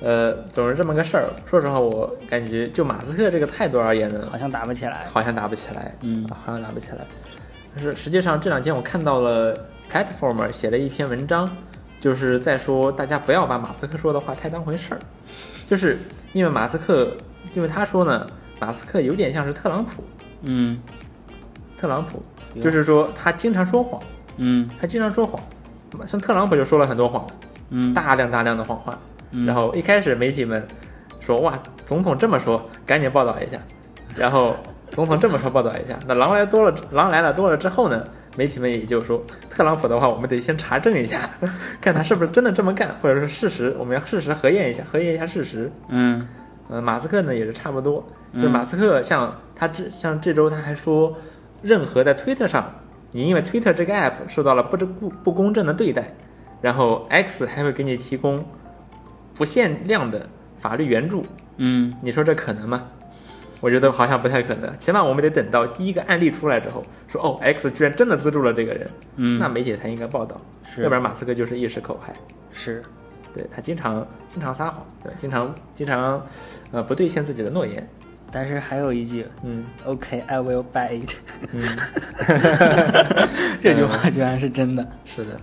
[SPEAKER 2] 呃，总是这么个事儿。说实话，我感觉就马斯克这个态度而言呢，
[SPEAKER 1] 好像打不起来。
[SPEAKER 2] 好像打不起来，
[SPEAKER 1] 嗯
[SPEAKER 2] 好像打不起来。但是实际上这两天我看到了 Platformer 写了一篇文章，就是在说大家不要把马斯克说的话太当回事儿，就是因为马斯克，因为他说呢，马斯克有点像是特朗普，
[SPEAKER 1] 嗯
[SPEAKER 2] 特朗普
[SPEAKER 1] 哟
[SPEAKER 2] 就是说他经常说谎，
[SPEAKER 1] 嗯
[SPEAKER 2] 他经常说谎，像特朗普就说了很多谎，
[SPEAKER 1] 嗯，
[SPEAKER 2] 大量大量的谎话，
[SPEAKER 1] 嗯
[SPEAKER 2] 然后一开始媒体们说哇，总统这么说，赶紧报道一下。然后总统这么说，报道一下。那狼来多了，狼来了多了之后呢，媒体们也就说，特朗普的话，我们得先查证一下， (laughs) 看他是不是真的这么干，或者是事实，我们要事实核验一下，核验一下事实。
[SPEAKER 1] 嗯
[SPEAKER 2] 呃，马斯克呢也是差不多，
[SPEAKER 1] 嗯
[SPEAKER 2] 就是马斯克像他这像这周他还说，任何在推特上你因为推特这个 app 受到了不知不不公正的对待，然后 X 还会给你提供不限量的法律援助，
[SPEAKER 1] 嗯
[SPEAKER 2] 你说这可能吗？我觉得好像不太可能，起码我们得等到第一个案例出来之后，说哦，X 居然真的资助了这个人，
[SPEAKER 1] 嗯，
[SPEAKER 2] 那媒体才应该报道，
[SPEAKER 1] 是
[SPEAKER 2] 要不然马斯克就是一时口嗨。
[SPEAKER 1] 是
[SPEAKER 2] 对他经常经常撒谎，对，经常经常，呃，不兑现自己的诺言。
[SPEAKER 1] 但是还有一句
[SPEAKER 2] 嗯
[SPEAKER 1] ，OK，I will buy (laughs) it，
[SPEAKER 2] 嗯， (laughs)
[SPEAKER 1] 这句话居然是真的。
[SPEAKER 2] 是的，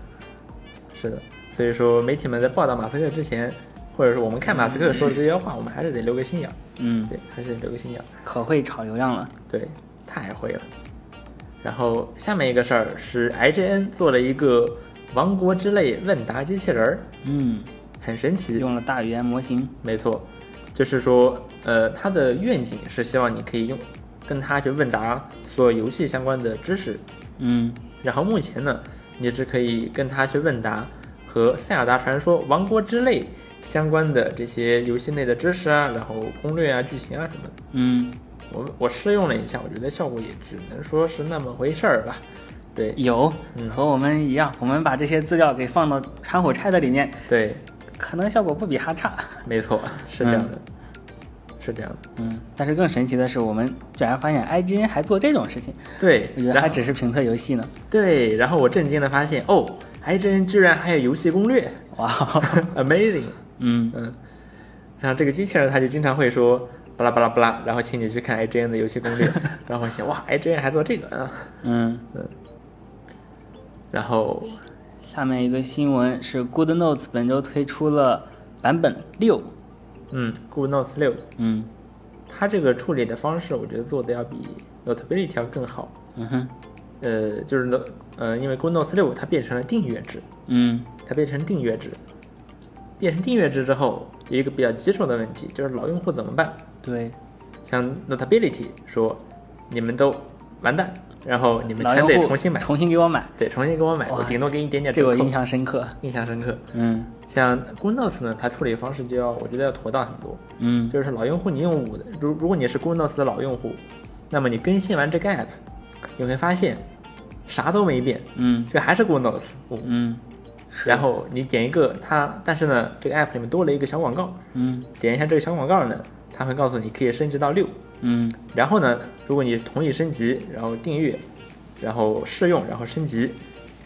[SPEAKER 2] 是的。所以说，媒体们在报道马斯克之前，或者是我们看马斯克说的这些话，我们还是得留个心眼儿。
[SPEAKER 1] 嗯，
[SPEAKER 2] 对，还是得留个心眼儿。
[SPEAKER 1] 可会炒流量了。
[SPEAKER 2] 对，太会了。然后下面一个事儿是 IGN 做了一个《王国之泪》问答机器人儿，
[SPEAKER 1] 嗯，
[SPEAKER 2] 很神奇。
[SPEAKER 1] 用了大语言模型。
[SPEAKER 2] 没错，就是说，呃，他的愿景是希望你可以用跟他去问答所有游戏相关的知识。
[SPEAKER 1] 嗯
[SPEAKER 2] 然后目前呢，你只可以跟他去问答和《塞尔达传说：王国之泪》相关的这些游戏内的知识啊，然后攻略啊、剧情啊什么的。
[SPEAKER 1] 嗯，
[SPEAKER 2] 我我试用了一下，我觉得效果也只能说是那么回事儿吧。对
[SPEAKER 1] 有
[SPEAKER 2] 嗯
[SPEAKER 1] 和我们一样，我们把这些资料给放到掺火拆的里面，
[SPEAKER 2] 对，
[SPEAKER 1] 可能效果不比它差。
[SPEAKER 2] 没错，是这样的，是这样的。
[SPEAKER 1] 嗯，但是更神奇的是，我们居然发现 IGN 还做这种事情，
[SPEAKER 2] (laughs) 对，
[SPEAKER 1] 我觉得
[SPEAKER 2] 然
[SPEAKER 1] 还
[SPEAKER 2] 后
[SPEAKER 1] 只是评测游戏呢。
[SPEAKER 2] 对，然后我震惊的发现，哦，IGN 居然还有游戏攻略 (laughs)
[SPEAKER 1] 哇，哦
[SPEAKER 2] ，Amazing！
[SPEAKER 1] 嗯
[SPEAKER 2] 嗯，然后这个机器人它就经常会说巴拉巴拉巴拉，然后请你去看 IGN 的游戏攻略，然后我想哇，IGN 还做这个啊，
[SPEAKER 1] 嗯，
[SPEAKER 2] 嗯，然后
[SPEAKER 1] 下面一个新闻是 Good Notes 本周推出了版本六。
[SPEAKER 2] 嗯，Good Notes 六，
[SPEAKER 1] 嗯
[SPEAKER 2] 它这个处理的方式，我觉得做的要比 Notability 要更好，
[SPEAKER 1] 嗯哼
[SPEAKER 2] 呃，就是 Not 呃，因为 Good Notes 六它变成了订阅制，
[SPEAKER 1] 嗯
[SPEAKER 2] 它变成订阅制，变成订阅制之后，有一个比较棘手的问题，就是老用户怎么办？
[SPEAKER 1] 对，
[SPEAKER 2] 像 Notability 说，你们都完蛋，然后你们
[SPEAKER 1] 老
[SPEAKER 2] 全
[SPEAKER 1] 用
[SPEAKER 2] 得
[SPEAKER 1] 户
[SPEAKER 2] 重新买，
[SPEAKER 1] 重新给我买，
[SPEAKER 2] 对，重新给我买，
[SPEAKER 1] 哇
[SPEAKER 2] 我顶多给你一点点
[SPEAKER 1] 这
[SPEAKER 2] 折
[SPEAKER 1] 个
[SPEAKER 2] 扣。
[SPEAKER 1] 我印象深刻。
[SPEAKER 2] 印象深刻。
[SPEAKER 1] 嗯
[SPEAKER 2] 像 g o o d n o t e s 呢，它处理方式就要，我觉得要妥当很多。
[SPEAKER 1] 嗯
[SPEAKER 2] 就是老用户，你用五的，如如果你是 g o o d n o t e s 的老用户，那么你更新完这个 app，你会发现啥都没变，
[SPEAKER 1] 嗯
[SPEAKER 2] 这还是 g o o d n o t e s 五。
[SPEAKER 1] 嗯
[SPEAKER 2] 然后你点一个它，但是呢，这个 app 里面多了一个小广告，
[SPEAKER 1] 嗯
[SPEAKER 2] 点一下这个小广告呢，它会告诉你可以升级到六。
[SPEAKER 1] 嗯
[SPEAKER 2] 然后呢，如果你同意升级，然后订阅，然后试用，然后升级，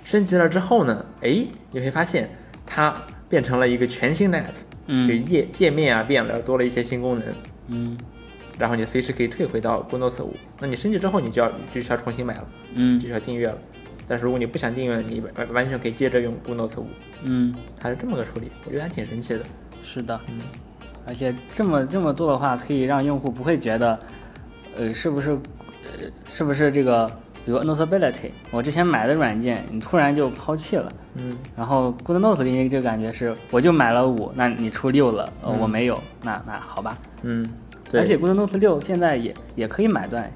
[SPEAKER 2] 升级了之后呢，哎，你会发现它变成了一个全新的 app，就
[SPEAKER 1] 嗯
[SPEAKER 2] 页界面啊变了，多了一些新功能，
[SPEAKER 1] 嗯
[SPEAKER 2] 然后你随时可以退回到 Windows 五。那你升级之后，你就要就需要重新买了，就
[SPEAKER 1] 嗯
[SPEAKER 2] 需要订阅了。但是如果你不想订阅，你完完全可以接着用 Windows 五，
[SPEAKER 1] 嗯，
[SPEAKER 2] 它是这么个处理，我觉得还挺神奇的。
[SPEAKER 1] 是的。而且这么这么做的话，可以让用户不会觉得，呃，是不是，呃，是不是这个，比如 Notability，我之前买的软件，你突然就抛弃了。
[SPEAKER 2] 嗯，
[SPEAKER 1] 然后 Good Note 里就感觉是，我就买了五，那你出六了，呃，我没有，那那好吧，
[SPEAKER 2] 嗯，对
[SPEAKER 1] 而且 Good Note 六现在也也可以买断，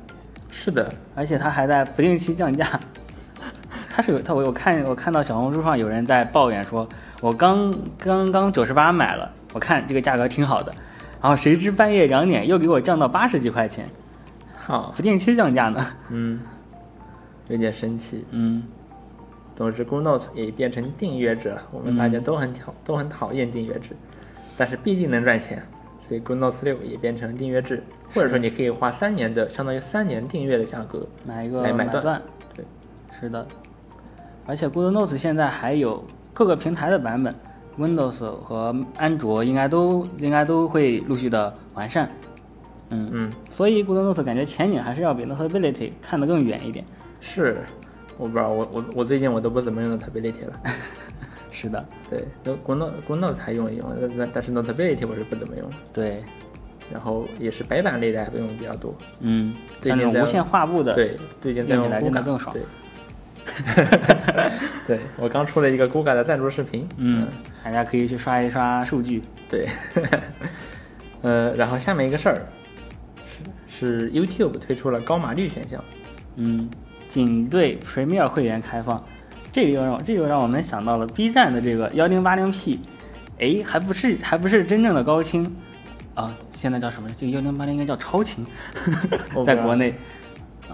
[SPEAKER 2] 是的，
[SPEAKER 1] 而且它还在不定期降价。 (laughs) 它是有它我我看我看到小红书上有人在抱怨说，我刚刚刚九十八买了，我看这个价格挺好的，然后谁知半夜两点又给我降到八十几块钱，
[SPEAKER 2] 好，
[SPEAKER 1] 不定期降价呢。
[SPEAKER 2] 嗯，有点生气。
[SPEAKER 1] 嗯，
[SPEAKER 2] 总之，Good Note 也变成订阅制了，我们大家都很讨、都很讨厌订阅制，但是毕竟能赚钱，所以 Good Note 六也变成了订阅制，或者说你可以花三年的，相当于三年订阅的价格
[SPEAKER 1] 买一个
[SPEAKER 2] 来买
[SPEAKER 1] 买断，
[SPEAKER 2] 对，
[SPEAKER 1] 是的，而且 Good Notes 现在还有各个平台的版本，Windows 和安卓应该都应该都会陆续的完善。嗯，
[SPEAKER 2] 嗯，
[SPEAKER 1] 所以 Good Notes 感觉前景还是要比 Notability 看得更远一点。
[SPEAKER 2] 是，我不知道，我我我最近我都不怎么用 Notability 了， (laughs)
[SPEAKER 1] 是的，
[SPEAKER 2] 对，都 Good Note Good Note 还用一用，但但但是 Notability 我是不怎么用的，
[SPEAKER 1] 对，
[SPEAKER 2] 然后也是白板类的 app 用的比较多，
[SPEAKER 1] 嗯，
[SPEAKER 2] 最
[SPEAKER 1] 像
[SPEAKER 2] 近
[SPEAKER 1] 那种
[SPEAKER 2] 在
[SPEAKER 1] 无线画布的，
[SPEAKER 2] 对，最近在
[SPEAKER 1] 用
[SPEAKER 2] 用
[SPEAKER 1] 起来真的更
[SPEAKER 2] Google，
[SPEAKER 1] 爽
[SPEAKER 2] 对， (laughs) 对我刚出了一个 Google 的赞助视频，
[SPEAKER 1] (laughs) 嗯，大家可以去刷一刷数据。
[SPEAKER 2] 对， (laughs) 呃，然后下面一个事儿是是 YouTube 推出了高码率选项，
[SPEAKER 1] 嗯，仅对 Premier 会员开放，这个又让我这个又让我们想到了 B 站的这个幺零八零 P，哎，还不是还不是真正的高清啊，现在叫什么？这个幺零八零应该叫超清
[SPEAKER 2] 我不，知
[SPEAKER 1] (laughs) 在
[SPEAKER 2] 道
[SPEAKER 1] 国内，嗯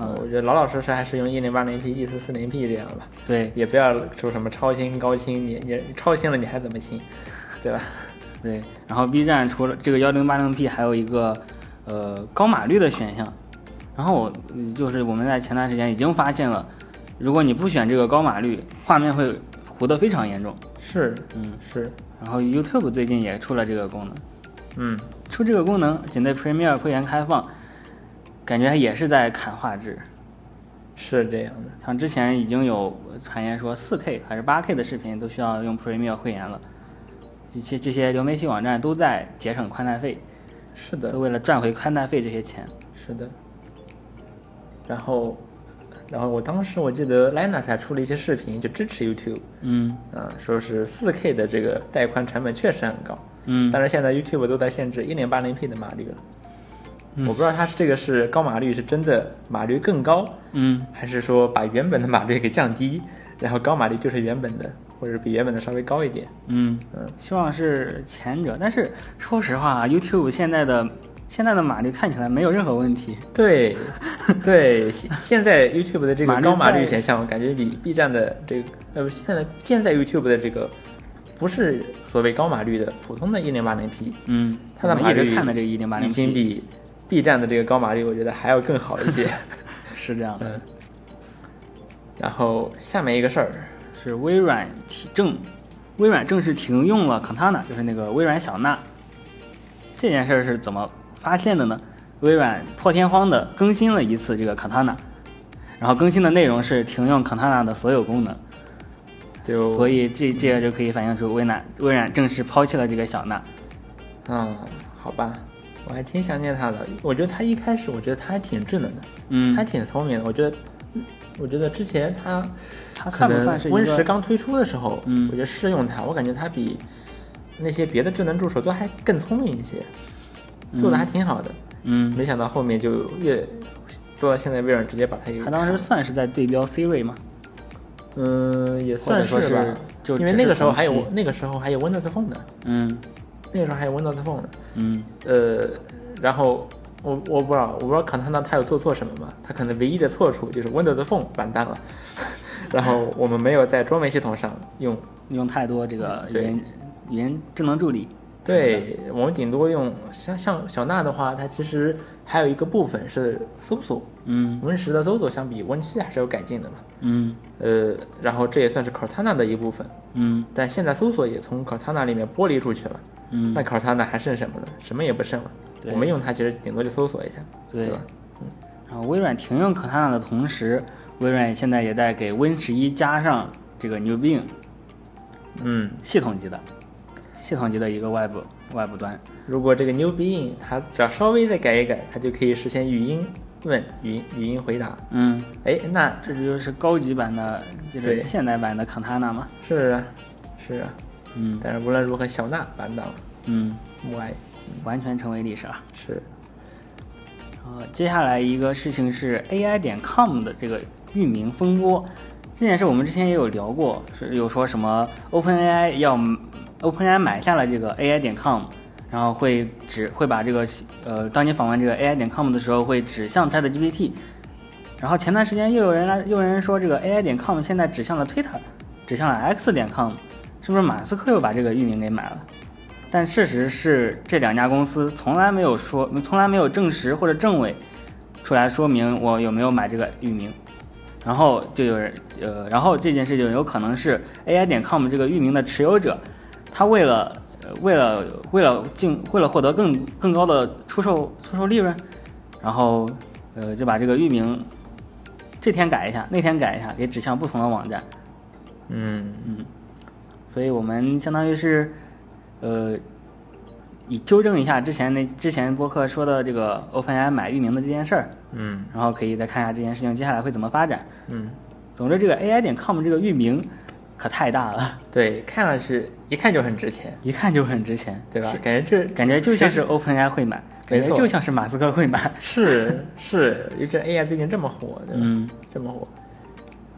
[SPEAKER 2] 呃，我觉得老老实实还是用一零八零 P、一四四零 P 这样吧，
[SPEAKER 1] 对
[SPEAKER 2] 也不要说什么超清、高清，你你超清了你还怎么清，对吧？
[SPEAKER 1] 对。然后 B 站除了这个幺零八零 P，还有一个呃高码率的选项。然后我嗯就是我们在前段时间已经发现了，如果你不选这个高码率，画面会糊得非常严重。
[SPEAKER 2] 是，
[SPEAKER 1] 嗯
[SPEAKER 2] 是，
[SPEAKER 1] 然后 YouTube 最近也出了这个功能。
[SPEAKER 2] 嗯，
[SPEAKER 1] 出这个功能，仅对 Premiere 会员开放，感觉也是在砍画质。
[SPEAKER 2] 是这样的，
[SPEAKER 1] 像之前已经有传言说 4K 还是 8K 的视频都需要用 Premiere 会员了，这些这些流媒体网站都在节省宽带费，
[SPEAKER 2] 是
[SPEAKER 1] 都
[SPEAKER 2] 的，
[SPEAKER 1] 为了赚回宽带费这些钱。
[SPEAKER 2] 是的。然后，然后我当时我记得 Lina 才出了一些视频，就支持 YouTube，
[SPEAKER 1] 嗯
[SPEAKER 2] 啊、说是 4K 的这个带宽成本确实很高，
[SPEAKER 1] 嗯，
[SPEAKER 2] 但是现在 YouTube 都在限制 1080p 的码率了。
[SPEAKER 1] 嗯
[SPEAKER 2] 我不知道它是这个是高码率是真的码率更高，
[SPEAKER 1] 嗯
[SPEAKER 2] 还是说把原本的码率给降低，然后高码率就是原本的，或者比原本的稍微高一点。
[SPEAKER 1] 嗯，
[SPEAKER 2] 嗯，
[SPEAKER 1] 希望是前者。但是说实话啊，YouTube 现在的现在的码率看起来没有任何问题。
[SPEAKER 2] 对，对，现现在 YouTube 的这
[SPEAKER 1] 码
[SPEAKER 2] 个
[SPEAKER 1] 率
[SPEAKER 2] 高码
[SPEAKER 1] 在
[SPEAKER 2] 率选项，我感觉比 B 站的这个呃，不是现在现在 YouTube 的这个不是所谓高码率的普通的 1080p，
[SPEAKER 1] 嗯，
[SPEAKER 2] 它的
[SPEAKER 1] 我
[SPEAKER 2] 码
[SPEAKER 1] 们一
[SPEAKER 2] 率
[SPEAKER 1] 直看的这个一零八零
[SPEAKER 2] 已经比 B 站的这个高码率，我觉得还要更好
[SPEAKER 1] (laughs)
[SPEAKER 2] 一些。
[SPEAKER 1] 是这样的。
[SPEAKER 2] 嗯，然后下面一个事儿，
[SPEAKER 1] 是微软提正，微软正式停用了 Cortana，就是那个微软小娜。这件事儿是怎么发现的呢？微软破天荒的更新了一次这个 Cortana，然后更新的内容是停用 Cortana 的所有功能，
[SPEAKER 2] 就
[SPEAKER 1] 所以这这个就可以反映出微软微软正式抛弃了这个小娜。
[SPEAKER 2] 啊、好吧，我还挺想念他的。我觉得他一开始，我觉得他还挺智能的，
[SPEAKER 1] 嗯
[SPEAKER 2] 他还挺聪明的。我觉得，我觉得之前他
[SPEAKER 1] 它
[SPEAKER 2] 可
[SPEAKER 1] 算不
[SPEAKER 2] 能
[SPEAKER 1] 算是一个
[SPEAKER 2] Win 十刚推出的时候，
[SPEAKER 1] 嗯
[SPEAKER 2] 我觉得试用它，我感觉它比那些别的智能助手都还更聪明一些，做的还挺好的。
[SPEAKER 1] 嗯，
[SPEAKER 2] 没想到后面就越做到现在，微软直接把它给
[SPEAKER 1] 它当时算是在对标 Siri 吗？
[SPEAKER 2] 嗯也
[SPEAKER 1] 或者
[SPEAKER 2] 算
[SPEAKER 1] 说
[SPEAKER 2] 吧
[SPEAKER 1] 是，就
[SPEAKER 2] 因为
[SPEAKER 1] 只
[SPEAKER 2] 那
[SPEAKER 1] 是
[SPEAKER 2] 个时候
[SPEAKER 1] 同
[SPEAKER 2] 还有
[SPEAKER 1] 期
[SPEAKER 2] 那个时候还有 Windows Phone 呢，
[SPEAKER 1] 嗯
[SPEAKER 2] 那个时候还有 Windows Phone 呢，
[SPEAKER 1] 嗯
[SPEAKER 2] 呃，然后我我不知道，我不知道卡塔纳他有做错什么吗？他可能唯一的错处就是 Windows Phone 完蛋了， (laughs) 然后我们没有在桌面系统上
[SPEAKER 1] (laughs)
[SPEAKER 2] 用，
[SPEAKER 1] 用太多这个语
[SPEAKER 2] 对
[SPEAKER 1] 言语言智能助理。
[SPEAKER 2] 对我们顶多用像像小娜的话，它其实还有一个部分是搜索
[SPEAKER 1] 嗯
[SPEAKER 2] ，Win 十的搜索相比 Win 七还是有改进的嘛，
[SPEAKER 1] 嗯
[SPEAKER 2] 呃，然后这也算是 Cortana 的一部分，
[SPEAKER 1] 嗯
[SPEAKER 2] 但现在搜索也从 Cortana 里面剥离出去了。
[SPEAKER 1] 嗯，
[SPEAKER 2] 那 Cortana 还剩什么呢？什么也不剩了。
[SPEAKER 1] 对
[SPEAKER 2] 我们用它其实顶多就搜索一下，
[SPEAKER 1] 对
[SPEAKER 2] 吧？嗯
[SPEAKER 1] 然后微软停用 Cortana 的同时，微软现在也在给 Win 十一加上这个 New Bing
[SPEAKER 2] 嗯，
[SPEAKER 1] 系统级的系统级的一个外部外部端。
[SPEAKER 2] 如果这个 New Bing 它只要稍微再改一改，它就可以实现语音问、语音语音回答。
[SPEAKER 1] 嗯，
[SPEAKER 2] 哎，那
[SPEAKER 1] 这就是高级版的，就是
[SPEAKER 2] 对
[SPEAKER 1] 现代版的 Cortana 嘛。
[SPEAKER 2] 是啊，是啊。
[SPEAKER 1] 嗯
[SPEAKER 2] 但是无论如何，小娜完蛋了，
[SPEAKER 1] 嗯，
[SPEAKER 2] 默哀
[SPEAKER 1] 完全成为历史了。
[SPEAKER 2] 是。
[SPEAKER 1] 呃，接下来一个事情是 AI 点 com 的这个域名风波，这件事我们之前也有聊过，是有说什么 OpenAI 要 OpenAI 买下了这个 AI 点 com，然后会指会把这个呃，当你访问这个 AI 点 com 的时候，会指向 ChatGPT。然后前段时间又有人来，又有人说这个 AI 点 com 现在指向了 Twitter，指向了 X 点 com，是不是马斯克又把这个域名给买了？但事实是，这两家公司从来没有说，从来没有证实或者证伪出来说明我有没有买这个域名。然后就有人，呃，然后这件事就有可能是 AI 点 com 这个域名的持有者，他为了、呃为了为了进为了获得更更高的出售出售利润，然后呃就把这个域名这天改一下，那天改一下，给指向不同的网站。
[SPEAKER 2] 嗯，
[SPEAKER 1] 嗯，所以我们相当于是，呃，以纠正一下之前那之前播客说的这个 OpenAI 买域名的这件事儿，
[SPEAKER 2] 嗯，
[SPEAKER 1] 然后可以再看一下这件事情接下来会怎么发展。
[SPEAKER 2] 嗯，
[SPEAKER 1] 总之，这个 AI 点 com 这个域名可太大了， (laughs)
[SPEAKER 2] 对，看上去一看就很值钱，
[SPEAKER 1] 一看就很值钱，
[SPEAKER 2] 对吧
[SPEAKER 1] 是？
[SPEAKER 2] 感觉这
[SPEAKER 1] 感觉就像是 OpenAI 会买，
[SPEAKER 2] 没
[SPEAKER 1] 感觉
[SPEAKER 2] 错
[SPEAKER 1] 就像是马斯克会买。 (laughs)
[SPEAKER 2] 是是，尤其是 AI 最近这么火，对吧？
[SPEAKER 1] 嗯，
[SPEAKER 2] 这么火。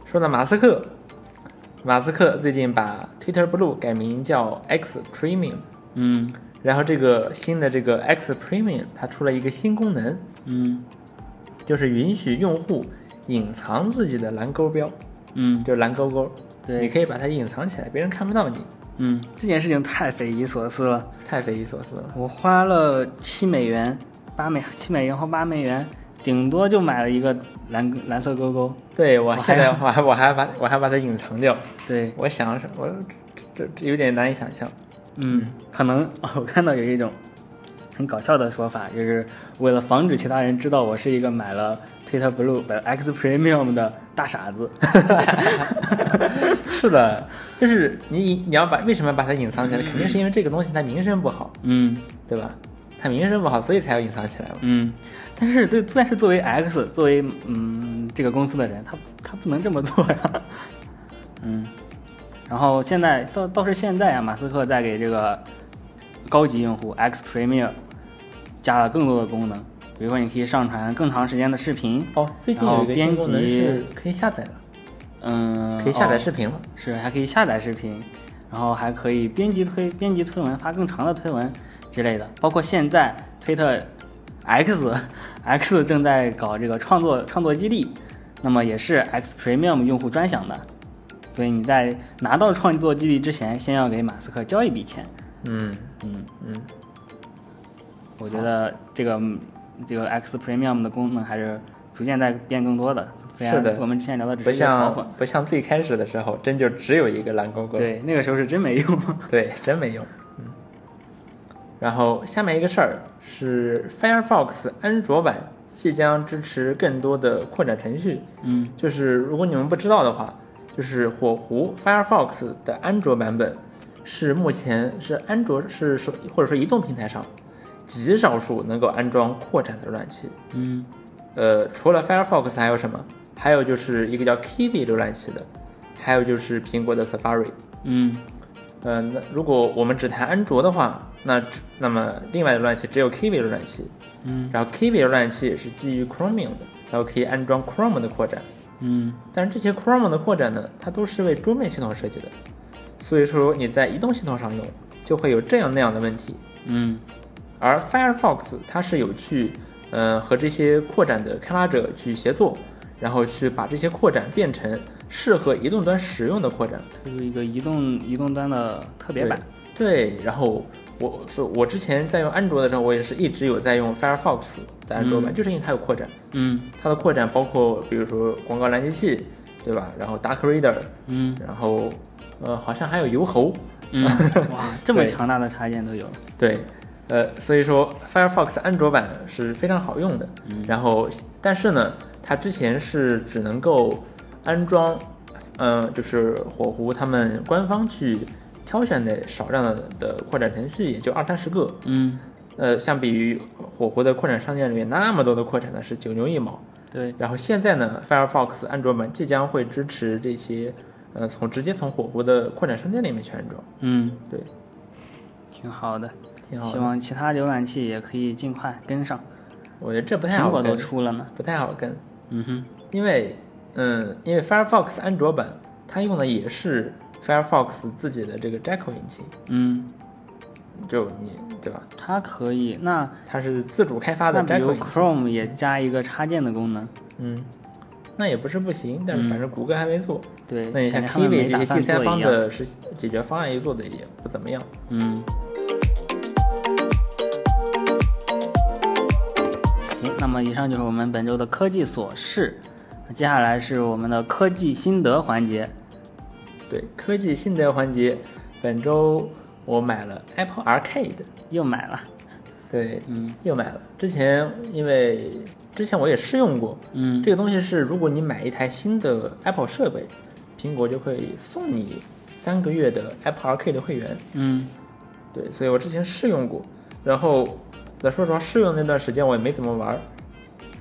[SPEAKER 2] 说到马斯克，马斯克最近把 Twitter Blue 改名叫 X Premium，
[SPEAKER 1] 嗯
[SPEAKER 2] 然后这个新的这个 X Premium 它出了一个新功能，
[SPEAKER 1] 嗯
[SPEAKER 2] 就是允许用户隐藏自己的蓝勾标，
[SPEAKER 1] 嗯
[SPEAKER 2] 就是蓝勾勾，
[SPEAKER 1] 对
[SPEAKER 2] 你可以把它隐藏起来，别人看不到你，
[SPEAKER 1] 嗯，这件事情太匪夷所思了。
[SPEAKER 2] 太匪夷所思了。
[SPEAKER 1] 我花了七美元、八美七美元或八美元，顶多就买了一个蓝蓝色勾勾。
[SPEAKER 2] 对我
[SPEAKER 1] 我
[SPEAKER 2] 现
[SPEAKER 1] 还
[SPEAKER 2] 在我还我还把我还把它隐藏掉，
[SPEAKER 1] 对，
[SPEAKER 2] 我想是我这这这有点难以想象。
[SPEAKER 1] 嗯，可能我看到有一种很搞笑的说法，就是为了防止其他人知道我是一个买了 Twitter Blue、买了 X Premium 的大傻子。 (laughs)
[SPEAKER 2] 是的，就是你隐你要把为什么要把它隐藏起来？肯定是因为这个东西它名声不好，
[SPEAKER 1] 嗯
[SPEAKER 2] 对吧？它名声不好，所以才要隐藏起来嘛。
[SPEAKER 1] 嗯，但是对，但是作为 X，作为嗯这个公司的人，他他不能这么做
[SPEAKER 2] (laughs)
[SPEAKER 1] 呀。嗯，然后现在倒倒是现在啊，马斯克在给这个高级用户 X Premier 加了更多的功能，比如说你可以上传更长时间的视频，
[SPEAKER 2] 哦，最近
[SPEAKER 1] 然后
[SPEAKER 2] 有一个
[SPEAKER 1] 编
[SPEAKER 2] 新功能
[SPEAKER 1] 辑
[SPEAKER 2] 是可以下载了，
[SPEAKER 1] 嗯，
[SPEAKER 2] 可以下载
[SPEAKER 1] 哦
[SPEAKER 2] 视频了。
[SPEAKER 1] 是还可以下载视频，然后还可以编辑推编辑推文，发更长的推文之类的。包括现在推特 X (laughs) X 正在搞这个创作创作基地，那么也是 X Premium 用户专享的。所以你在拿到创作基地之前，先要给马斯克交一笔钱。
[SPEAKER 2] 嗯
[SPEAKER 1] 嗯，
[SPEAKER 2] 嗯，
[SPEAKER 1] 我觉得这个嗯这个 X Premium 的功能还是逐渐在变更多的。虽然
[SPEAKER 2] 是的
[SPEAKER 1] 我们之前聊的只
[SPEAKER 2] 不
[SPEAKER 1] 是一个嘲讽
[SPEAKER 2] 像，不像最开始的时候，真就只有一个蓝勾勾。
[SPEAKER 1] 对，那个时候是真没用。 (laughs)
[SPEAKER 2] 对，真没用。嗯。然后下面一个事儿是 Firefox 安卓版即将支持更多的扩展程序。
[SPEAKER 1] 嗯
[SPEAKER 2] 就是如果你们不知道的话，就是火狐 Firefox 的安卓版本是目前是安卓是手或者说移动平台上极少数能够安装扩展的浏览器。
[SPEAKER 1] 嗯
[SPEAKER 2] 呃，除了 Firefox 还有什么？还有就是一个叫 Kiwi 浏览器的，还有就是苹果的 Safari。
[SPEAKER 1] 嗯
[SPEAKER 2] 呃，那如果我们只谈安卓的话，那只那么另外的浏览器只有 Kiwi 浏览器，
[SPEAKER 1] 嗯
[SPEAKER 2] 然后 Kiwi 浏览器是基于 Chromium 的，然后可以安装 Chrome 的扩展。
[SPEAKER 1] 嗯
[SPEAKER 2] 但是这些 Chrome 的扩展呢，它都是为桌面系统设计的，所以说你在移动系统上用就会有这样那样的问题。
[SPEAKER 1] 嗯
[SPEAKER 2] 而 Firefox 它是有去，呃，和这些扩展的开发者去协作，然后去把这些扩展变成适合移动端使用的扩展。
[SPEAKER 1] 推出一个移动移动端的特别版。
[SPEAKER 2] 对，然后我所以我之前在用安卓的时候，我也是一直有在用 Firefox 的安卓版，
[SPEAKER 1] 嗯
[SPEAKER 2] 就是因为它有扩展。
[SPEAKER 1] 嗯
[SPEAKER 2] 它的扩展包括比如说广告拦截器，对吧？然后 Dark Reader，
[SPEAKER 1] 嗯
[SPEAKER 2] 然后呃好像还有油猴，
[SPEAKER 1] 嗯， (laughs) 哇，这么
[SPEAKER 2] 对
[SPEAKER 1] 强大的插件都有了。
[SPEAKER 2] 对，呃，所以说 Firefox 安卓版是非常好用的。
[SPEAKER 1] 嗯
[SPEAKER 2] 然后，但是呢，它之前是只能够安装，嗯、就是火狐他们官方去挑选的少量的的扩展程序，也就二三十个。
[SPEAKER 1] 嗯，
[SPEAKER 2] 呃，相比于火狐的扩展商店里面那么多的扩展呢，是九牛一毛。
[SPEAKER 1] 对，
[SPEAKER 2] 然后现在呢，Firefox 安卓版即将会支持这些，呃，从直接从火狐的扩展商店里面去安装。
[SPEAKER 1] 嗯，
[SPEAKER 2] 对，
[SPEAKER 1] 挺好的。
[SPEAKER 2] 挺好的
[SPEAKER 1] 希望其他浏览器也可以尽快跟上。
[SPEAKER 2] 我觉得这不太
[SPEAKER 1] 苹
[SPEAKER 2] 好
[SPEAKER 1] 果
[SPEAKER 2] 跟，
[SPEAKER 1] 都出了呢。
[SPEAKER 2] 不太好跟，
[SPEAKER 1] 嗯哼，
[SPEAKER 2] 因为嗯，因为 Firefox 安卓版它用的也是 Firefox 自己的这个 Jekyll 引擎，
[SPEAKER 1] 嗯，
[SPEAKER 2] 就你对吧？
[SPEAKER 1] 它可以。那
[SPEAKER 2] 它是自主开发
[SPEAKER 1] 那
[SPEAKER 2] 的
[SPEAKER 1] 比
[SPEAKER 2] Jekyll
[SPEAKER 1] 如
[SPEAKER 2] 引擎
[SPEAKER 1] Chrome 也加一个插件的功能，
[SPEAKER 2] 嗯，那也不是不行，但
[SPEAKER 1] 嗯
[SPEAKER 2] 是反正谷歌还没做。
[SPEAKER 1] 对，
[SPEAKER 2] 那你像
[SPEAKER 1] 感觉他们没
[SPEAKER 2] Kiwi
[SPEAKER 1] 打
[SPEAKER 2] 这些
[SPEAKER 1] 算
[SPEAKER 2] 第三
[SPEAKER 1] 做
[SPEAKER 2] 方
[SPEAKER 1] 一样。
[SPEAKER 2] 的实解决方案也做的也不怎么样。
[SPEAKER 1] 嗯。行，那么以上就是我们本周的科技琐事，接下来是我们的科技心得环节。
[SPEAKER 2] 对，科技心得环节，本周我买了 Apple Arcade，
[SPEAKER 1] 又买了，
[SPEAKER 2] 对，
[SPEAKER 1] 嗯
[SPEAKER 2] 又买了。之前因为之前我也试用过，
[SPEAKER 1] 嗯，
[SPEAKER 2] 这个东西是如果你买一台新的 Apple 设备，苹果就可以送你三个月的 Apple Arcade 会员。
[SPEAKER 1] 嗯
[SPEAKER 2] 对，所以我之前试用过，然后再说实话，试用那段时间我也没怎么玩儿。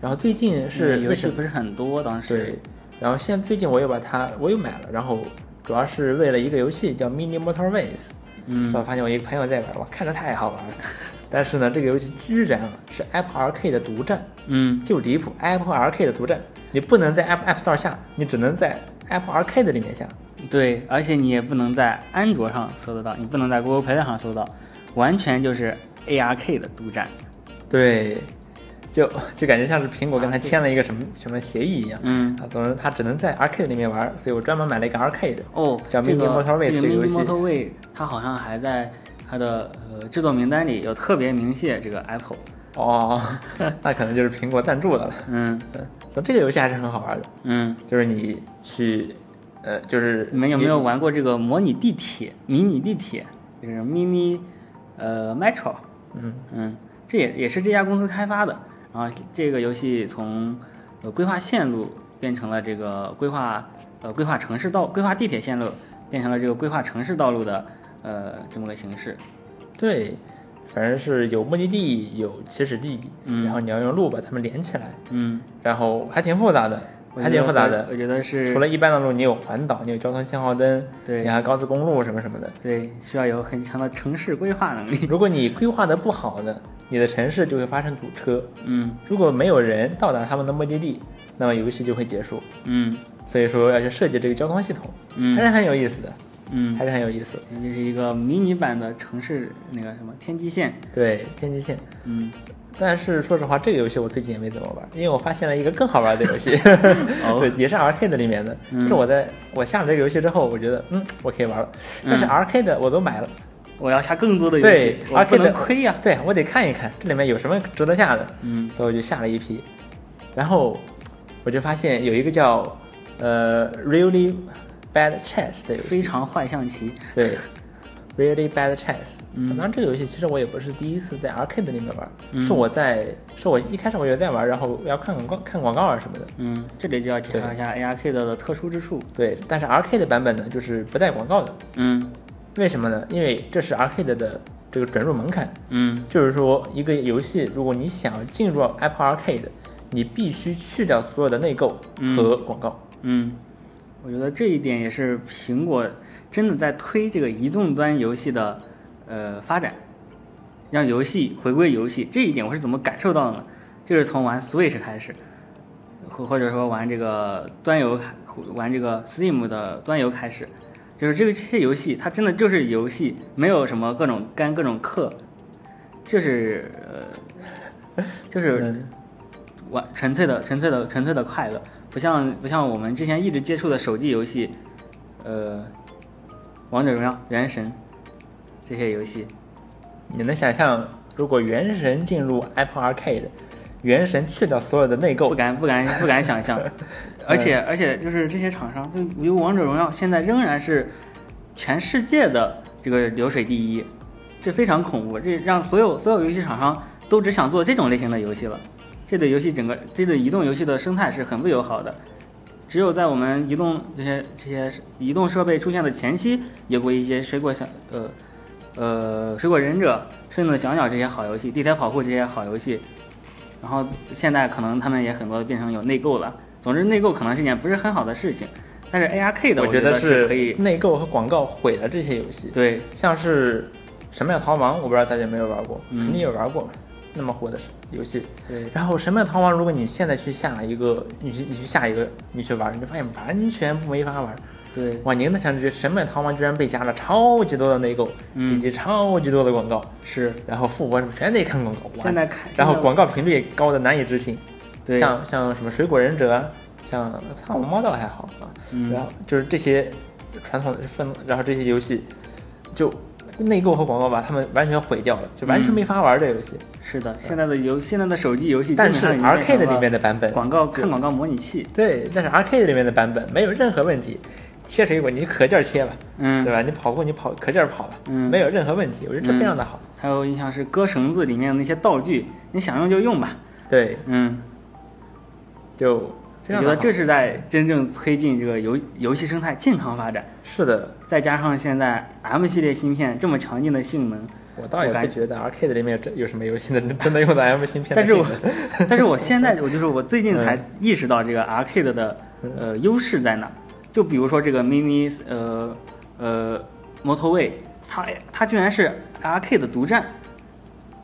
[SPEAKER 2] 然后最近是
[SPEAKER 1] 嗯游
[SPEAKER 2] 为
[SPEAKER 1] 戏
[SPEAKER 2] 什么？
[SPEAKER 1] 不是很多，当时
[SPEAKER 2] 对，然后现在最近我又把它我又买了，然后主要是为了一个游戏叫 Mini Motorways，
[SPEAKER 1] 嗯
[SPEAKER 2] 我发现我一个朋友在玩，我看着太好玩了，但是呢，这个游戏居然是 Apple Arcade 的独占，
[SPEAKER 1] 嗯
[SPEAKER 2] 就离谱，Apple Arcade 的独占，你不能在 App App Store 下，你只能在 Apple Arcade 里面下，
[SPEAKER 1] 嗯对，而且你也不能在安卓上搜得到，你不能在 Google Play 上搜到，完全就是 ARK 的独占。
[SPEAKER 2] 对，就就感觉像是苹果跟他签了一个什么什么协议一样，
[SPEAKER 1] 嗯
[SPEAKER 2] 啊，总之他只能在 Arcade 里面玩，所以我专门买了一个 Arcade，
[SPEAKER 1] 哦，
[SPEAKER 2] 叫
[SPEAKER 1] 这
[SPEAKER 2] Mini
[SPEAKER 1] 个
[SPEAKER 2] Motorway
[SPEAKER 1] 这
[SPEAKER 2] 这个游
[SPEAKER 1] Mini
[SPEAKER 2] 戏
[SPEAKER 1] Motorway 它好像还在它的呃制作名单里有特别明细这个 Apple。
[SPEAKER 2] 哦， (laughs) 那可能就是苹果赞助的了。 (laughs)
[SPEAKER 1] 嗯
[SPEAKER 2] 嗯，所以这个游戏还是很好玩的，
[SPEAKER 1] 嗯，
[SPEAKER 2] 就是你去，呃，就是
[SPEAKER 1] 你们有没有玩过这个模拟地铁、迷你地铁，就是 Mini 呃 Metro？
[SPEAKER 2] 嗯，
[SPEAKER 1] 嗯，这也也是这家公司开发的。然后这个游戏从呃规划线路变成了这个规划呃规划城市道规划地铁线路，变成了这个规划城市道路的呃这么个形式。
[SPEAKER 2] 对，反正是有目的地，有起始地，
[SPEAKER 1] 嗯
[SPEAKER 2] 然后你要用路把它们连起来，
[SPEAKER 1] 嗯，
[SPEAKER 2] 然后还挺复杂的，
[SPEAKER 1] 我
[SPEAKER 2] 还
[SPEAKER 1] 觉得
[SPEAKER 2] 挺复杂
[SPEAKER 1] 我
[SPEAKER 2] 的。
[SPEAKER 1] 我觉得是
[SPEAKER 2] 除了一般的路，你有环岛，你有交通信号灯，
[SPEAKER 1] 对
[SPEAKER 2] 你还有高速公路什么什么的。
[SPEAKER 1] 对需要有很强的城市规划能力。
[SPEAKER 2] 如果你规划的不好呢，你的城市就会发生堵车。
[SPEAKER 1] 嗯
[SPEAKER 2] 如果没有人到达他们的目的地，那么游戏就会结束。
[SPEAKER 1] 嗯
[SPEAKER 2] 所以说要去设计这个交通系统，还是
[SPEAKER 1] 嗯
[SPEAKER 2] 很有意思的，
[SPEAKER 1] 嗯，
[SPEAKER 2] 还是很有意思。
[SPEAKER 1] 这就是一个迷你版的城市那个什么天际线。
[SPEAKER 2] 对，天际线。
[SPEAKER 1] 嗯，
[SPEAKER 2] 但是说实话，这个游戏我最近也没怎么玩，因为我发现了一个更好玩的游戏，
[SPEAKER 1] 哦
[SPEAKER 2] (laughs) 对，也是 Arcade 里面的。
[SPEAKER 1] 嗯
[SPEAKER 2] 就是我在我下了这个游戏之后，我觉得嗯，我可以玩了。但是
[SPEAKER 1] 嗯
[SPEAKER 2] Arcade 我都买了，
[SPEAKER 1] 我要下更多的游戏
[SPEAKER 2] 对，
[SPEAKER 1] 我不
[SPEAKER 2] Arcade
[SPEAKER 1] 能亏呀、
[SPEAKER 2] 对我得看一看这里面有什么值得下的，
[SPEAKER 1] 嗯
[SPEAKER 2] 所以我就下了一批。然后我就发现有一个叫呃 Really Bad Chess 的游戏，
[SPEAKER 1] 非常坏象棋。
[SPEAKER 2] 对 Really Bad Chess。
[SPEAKER 1] 嗯
[SPEAKER 2] 当然这个游戏其实我也不是第一次在 Arcade 里面玩，
[SPEAKER 1] 嗯
[SPEAKER 2] 是我在是我一开始我就在玩，然后要看广告看广告啊什么的。
[SPEAKER 1] 嗯，这里就要介绍一下 ARK 的的特殊之处。
[SPEAKER 2] 对，但是 Arcade 版本呢，就是不带广告的，
[SPEAKER 1] 嗯
[SPEAKER 2] 为什么呢？因为这是 Arcade 的这个准入门槛，
[SPEAKER 1] 嗯
[SPEAKER 2] 就是说一个游戏，如果你想进入 Apple Arcade，你必须去掉所有的内购
[SPEAKER 1] 嗯
[SPEAKER 2] 和广告。
[SPEAKER 1] 嗯，我觉得这一点也是苹果真的在推这个移动端游戏的呃发展，让游戏回归游戏。这一点我是怎么感受到的呢？就是从玩 Switch 开始，或或者说玩这个端游，玩这个 Steam 的端游开始，就是这个这些游戏，它真的就是游戏，没有什么各种干各种氪，就是呃，就是
[SPEAKER 2] 嗯
[SPEAKER 1] 玩纯粹的、纯粹的、纯粹的快乐，不像不像我们之前一直接触的手机游戏，呃，王者荣耀、原神这些游戏，
[SPEAKER 2] 你能想象，如果《原神》进入 Apple Arcade，《原神》去掉所有的内
[SPEAKER 1] 不
[SPEAKER 2] 购，
[SPEAKER 1] 敢不敢不敢想象。而且而且就是这些厂商，就比如王者荣耀，现在仍然是全世界的这个流水第一，这非常恐怖，这让所有所有游戏厂商都只想做这种类型的游戏了。这对游戏整个这对移动游戏的生态是很不友好的。只有在我们移动这些这些移动设备出现的前期，有过一些水果小呃呃水果忍者、顺子小鸟这些好游戏，地铁跑酷这些好游戏，然后现在可能他们也很多变成有内购了。总之，内购可能是一件不是很好的事情，但是 ARK 的
[SPEAKER 2] 我
[SPEAKER 1] 觉
[SPEAKER 2] 得
[SPEAKER 1] 是可以
[SPEAKER 2] 内购和广告毁了这些游戏。
[SPEAKER 1] 对
[SPEAKER 2] 像是《神庙逃亡》，我不知道大家有没有玩过，
[SPEAKER 1] 嗯
[SPEAKER 2] 肯定有玩过嘛。那么火的游戏。
[SPEAKER 1] 对
[SPEAKER 2] 然后《神庙逃亡》，如果你现在去下一个，你去你去下一个，你去玩，你就发现完全没法玩。
[SPEAKER 1] 对
[SPEAKER 2] 哇，您能想这《神庙逃亡》居然被加了超级多的内购，
[SPEAKER 1] 嗯
[SPEAKER 2] 以及超级多的广告，
[SPEAKER 1] 是，
[SPEAKER 2] 然后复活什么全得看广告。哇
[SPEAKER 1] 现在看
[SPEAKER 2] 然后
[SPEAKER 1] 现在
[SPEAKER 2] 广告频率也高的难以置信。
[SPEAKER 1] 对
[SPEAKER 2] 像像什么水果忍者啊，像汤姆猫倒还好啊，
[SPEAKER 1] 嗯
[SPEAKER 2] 然后就是这些传统的分，然后这些游戏就内购和广告把他们完全毁掉了，就完全
[SPEAKER 1] 嗯
[SPEAKER 2] 没法玩这游戏。
[SPEAKER 1] 是的，现在的游现在的手机游戏基
[SPEAKER 2] 但
[SPEAKER 1] 本
[SPEAKER 2] 是
[SPEAKER 1] 上已经变成了，
[SPEAKER 2] R K 的里面的版本，
[SPEAKER 1] 广告看广告模拟器，
[SPEAKER 2] 对，但是 R K 的里面的版本没有任何问题，切水果你可劲儿切吧，
[SPEAKER 1] 嗯，
[SPEAKER 2] 对吧？你跑步你跑可劲儿跑吧，
[SPEAKER 1] 嗯
[SPEAKER 2] 没有任何问题，我觉得这非常的好。
[SPEAKER 1] 还有印象是割绳子里面的那些道具，你想用就用吧，
[SPEAKER 2] 对，
[SPEAKER 1] 嗯，
[SPEAKER 2] 就非
[SPEAKER 1] 我
[SPEAKER 2] 常
[SPEAKER 1] 觉
[SPEAKER 2] 的好。
[SPEAKER 1] 得这是在真正推进这个游游戏生态健康发展，
[SPEAKER 2] 是的，
[SPEAKER 1] 再加上现在 M 系列芯片这么强劲的性能，
[SPEAKER 2] 我倒也
[SPEAKER 1] 我
[SPEAKER 2] 不
[SPEAKER 1] 感
[SPEAKER 2] 觉得 R K 的里面有真有什么游戏能 (laughs) 真的用到 M 芯片的
[SPEAKER 1] 但是
[SPEAKER 2] 性
[SPEAKER 1] 我
[SPEAKER 2] 能。
[SPEAKER 1] (laughs) 但是我现在我就是我最近才
[SPEAKER 2] 嗯
[SPEAKER 1] 意识到这个 arcade 的呃优势在哪，就比如说这个 mini 呃呃 motorway，它它居然是 arcade 独占，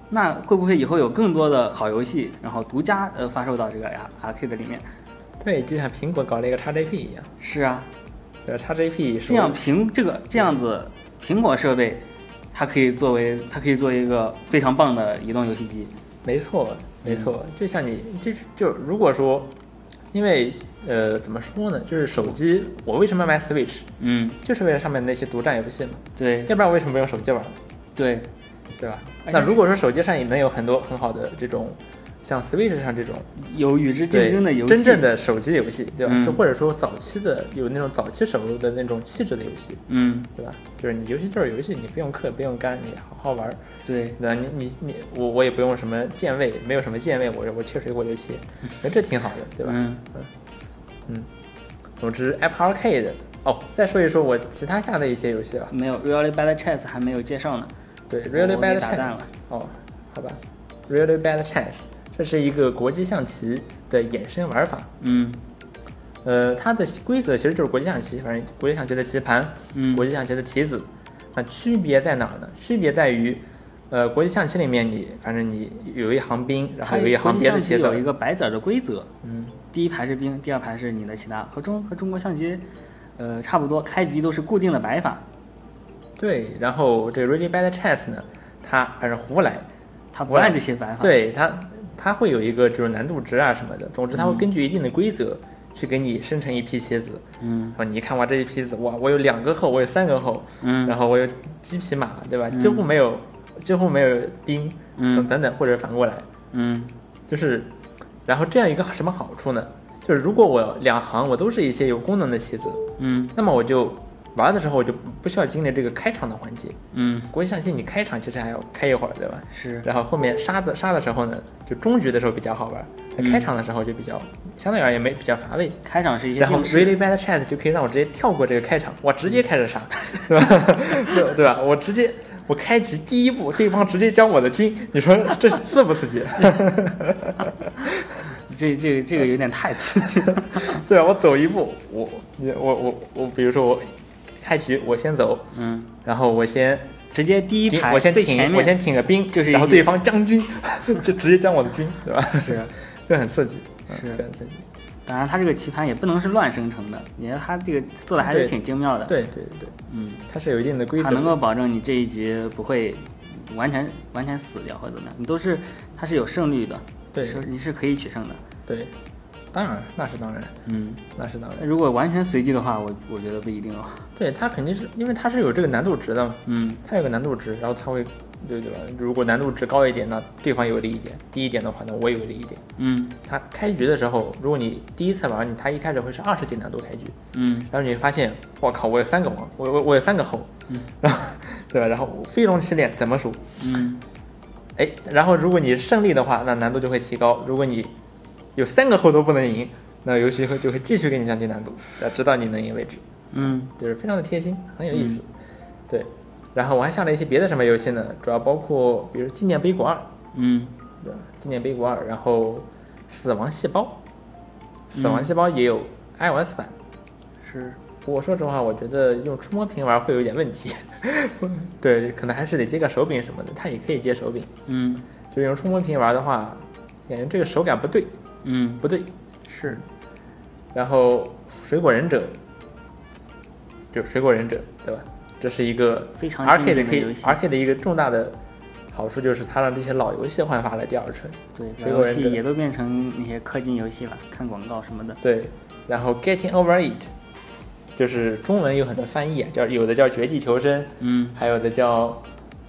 [SPEAKER 1] 那会不会以后有更多的好游戏，然后独家呃发售到这个 ar- arcade 里面？
[SPEAKER 2] (laughs) 对，就像苹果搞了一个 XGP 一样，
[SPEAKER 1] 是啊，
[SPEAKER 2] 对吧？XGP 是
[SPEAKER 1] 这样苹这个这样子苹果设备，它可以作为它可以做一个非常棒的移动游戏机，
[SPEAKER 2] 没错，没错，就像你就是就如果说，因为呃怎么说呢，就是手机，我为什么要买 Switch，
[SPEAKER 1] 嗯，
[SPEAKER 2] 就是为了上面那些独占游戏嘛，
[SPEAKER 1] 对
[SPEAKER 2] 要不然我为什么不用手机玩呢？
[SPEAKER 1] 对，
[SPEAKER 2] 对吧？
[SPEAKER 1] 而且
[SPEAKER 2] 那如果说手机上也能有很多很好的这种，像 Switch 上这种
[SPEAKER 1] 有与之
[SPEAKER 2] 对
[SPEAKER 1] 竞争的游戏，
[SPEAKER 2] 真正的手机游戏，对吧？
[SPEAKER 1] 嗯
[SPEAKER 2] 就或者说早期的有那种早期手游的那种气质的游戏，
[SPEAKER 1] 嗯，
[SPEAKER 2] 对吧？就是你游戏就是游戏，你不用氪，不用肝，你好好玩儿。
[SPEAKER 1] 对。
[SPEAKER 2] 对吧？你你你，我我也不用什么键位，没有什么键位，我我切水果就切，那这挺好的，对吧？
[SPEAKER 1] 嗯
[SPEAKER 2] 嗯，总之 Apple Arcade 哦，再说一说我其他下的一些游戏吧。
[SPEAKER 1] 没有，Really Bad Chance 还没有介绍呢。
[SPEAKER 2] 对
[SPEAKER 1] 我
[SPEAKER 2] ，Really
[SPEAKER 1] 我
[SPEAKER 2] Bad
[SPEAKER 1] 给打断
[SPEAKER 2] Chance
[SPEAKER 1] 了
[SPEAKER 2] 哦，好吧，Really Bad Chance，这是一个国际象棋的衍生玩法。
[SPEAKER 1] 嗯
[SPEAKER 2] 呃，它的规则其实就是国际象棋，反正国际象棋的棋盘，
[SPEAKER 1] 嗯
[SPEAKER 2] 国际象棋的棋子。那区别在哪儿呢？区别在于，呃，国际象棋里面你反正你有一行兵，然后有一行别的棋
[SPEAKER 1] 它
[SPEAKER 2] 子，
[SPEAKER 1] 有一个白子儿的规则，
[SPEAKER 2] 嗯，
[SPEAKER 1] 第一排是兵，第二排是你的其他，和中和中国象棋，呃，差不多，开局都是固定的摆法，
[SPEAKER 2] 对。然后这个 Really Bad Chess 呢，它反正胡来，
[SPEAKER 1] 它不
[SPEAKER 2] 胡来
[SPEAKER 1] 按这些摆法。，
[SPEAKER 2] 对它它会有一个就是难度值啊什么的，总之它会根据一定的规则去给你生成一批棋子。
[SPEAKER 1] 嗯
[SPEAKER 2] 然哦后你一看哇，这一批子哇，我有两个后，我有三个后，
[SPEAKER 1] 嗯
[SPEAKER 2] 然后我有几匹马，对吧？几乎没有，几乎没有兵，
[SPEAKER 1] 嗯
[SPEAKER 2] 等等等，或者反过来，
[SPEAKER 1] 嗯
[SPEAKER 2] 就是，然后这样一个什么好处呢？就是如果我两行我都是一些有功能的棋子，
[SPEAKER 1] 嗯
[SPEAKER 2] 那么我就玩的时候我就不需要经历这个开场的环节。
[SPEAKER 1] 嗯，
[SPEAKER 2] 国际象棋你开场其实还要开一会儿，对吧？
[SPEAKER 1] 是
[SPEAKER 2] 然后后面杀的杀的时候呢，就终局的时候比较好玩，那
[SPEAKER 1] 嗯
[SPEAKER 2] 开场的时候就比较、相对而言没比较乏味。
[SPEAKER 1] 开场是一些
[SPEAKER 2] 然后
[SPEAKER 1] 定式
[SPEAKER 2] really bad chat 就可以让我直接跳过这个开场，我直接开
[SPEAKER 1] (laughs)
[SPEAKER 2] 始杀，对吧？对对吧？我直接我开局第一步，对方直接将我的军，你说这是刺不刺激？
[SPEAKER 1] 这这个这个有点太刺激了。
[SPEAKER 2] (laughs) 对吧？我走一步，我你我我我，比如说我开局我先走，
[SPEAKER 1] 嗯，
[SPEAKER 2] 然后我先
[SPEAKER 1] (laughs) 直接第一
[SPEAKER 2] 挺
[SPEAKER 1] 排
[SPEAKER 2] 我先
[SPEAKER 1] 最前
[SPEAKER 2] 挺，
[SPEAKER 1] 面，
[SPEAKER 2] 我先挺个兵，
[SPEAKER 1] 就是一
[SPEAKER 2] 然后
[SPEAKER 1] 些
[SPEAKER 2] 对方将
[SPEAKER 1] (laughs)
[SPEAKER 2] 军，就直接将我的军，对吧？
[SPEAKER 1] 是，
[SPEAKER 2] (laughs) 就很刺激，嗯
[SPEAKER 1] 是
[SPEAKER 2] 就很刺激。
[SPEAKER 1] 当然它这个棋盘也不能是乱生成的，你看它这个做的还是
[SPEAKER 2] 对
[SPEAKER 1] 挺精妙的。，
[SPEAKER 2] 对对对对，
[SPEAKER 1] 嗯。
[SPEAKER 2] 它是有一定的规
[SPEAKER 1] 它
[SPEAKER 2] 则，
[SPEAKER 1] 能够保证你这一局不会完全完全死掉或者怎么样，你都是它是有胜率的，
[SPEAKER 2] 对
[SPEAKER 1] 是你是可以取胜的。
[SPEAKER 2] 对，当然那是当然，
[SPEAKER 1] 嗯，
[SPEAKER 2] 那是当然。
[SPEAKER 1] 如果完全随机的话，我我觉得不一定哦。
[SPEAKER 2] 对，它肯定是因为它是有这个难度值的嘛，
[SPEAKER 1] 嗯，
[SPEAKER 2] 它有个难度值，然后它会，对对吧？如果难度值高一点，那对方有利一点；低一点的话，那我有利一点。
[SPEAKER 1] 嗯
[SPEAKER 2] 它开局的时候，如果你第一次玩，你它一开始会是二十级难度开局，
[SPEAKER 1] 嗯
[SPEAKER 2] 然后你会发现，我靠，我有三个王，我我我有三个后， (laughs)
[SPEAKER 1] 嗯，
[SPEAKER 2] 然后对吧？然后飞龙七连怎么数？
[SPEAKER 1] 嗯
[SPEAKER 2] 哎，然后如果你胜利的话，那难度就会提高；如果你有三个后都不能赢，那游戏会就会继续给你降低难度，呃直到你能赢为止。
[SPEAKER 1] 嗯
[SPEAKER 2] 就是非常的贴心，很有意思。对，然后我还下了一些别的什么游戏呢？主要包括比如《纪念碑谷二》，
[SPEAKER 1] 嗯
[SPEAKER 2] 对吧，《纪念碑谷二》，然后《死亡细胞》，《死
[SPEAKER 1] 嗯
[SPEAKER 2] 亡细胞》也有 iOS 版，
[SPEAKER 1] 是，
[SPEAKER 2] 不过说实话，我觉得用触摸屏玩会有点问题。 (laughs) 对，可能还是得接个手柄什么的，它也可以接手柄。
[SPEAKER 1] 嗯
[SPEAKER 2] 就用触摸屏玩的话，感觉这个手感不对，
[SPEAKER 1] 嗯，
[SPEAKER 2] 不对。
[SPEAKER 1] 是，
[SPEAKER 2] 然后水果忍者，就水果忍者，对吧？这是一个
[SPEAKER 1] 非常
[SPEAKER 2] R K
[SPEAKER 1] 经
[SPEAKER 2] 的
[SPEAKER 1] 典的
[SPEAKER 2] 可以
[SPEAKER 1] 游戏
[SPEAKER 2] R K 的一个重大的好处就是它让这些老游戏焕发了第二春。
[SPEAKER 1] 对，
[SPEAKER 2] 水
[SPEAKER 1] 老
[SPEAKER 2] 果
[SPEAKER 1] 游
[SPEAKER 2] 忍
[SPEAKER 1] 戏
[SPEAKER 2] 者
[SPEAKER 1] 也都变成那些氪金游戏了，看广告什么的。
[SPEAKER 2] 对，然后 Getting Over It，就是中文有很多翻译啊，叫有的叫绝地求生，
[SPEAKER 1] 嗯
[SPEAKER 2] 还有的叫，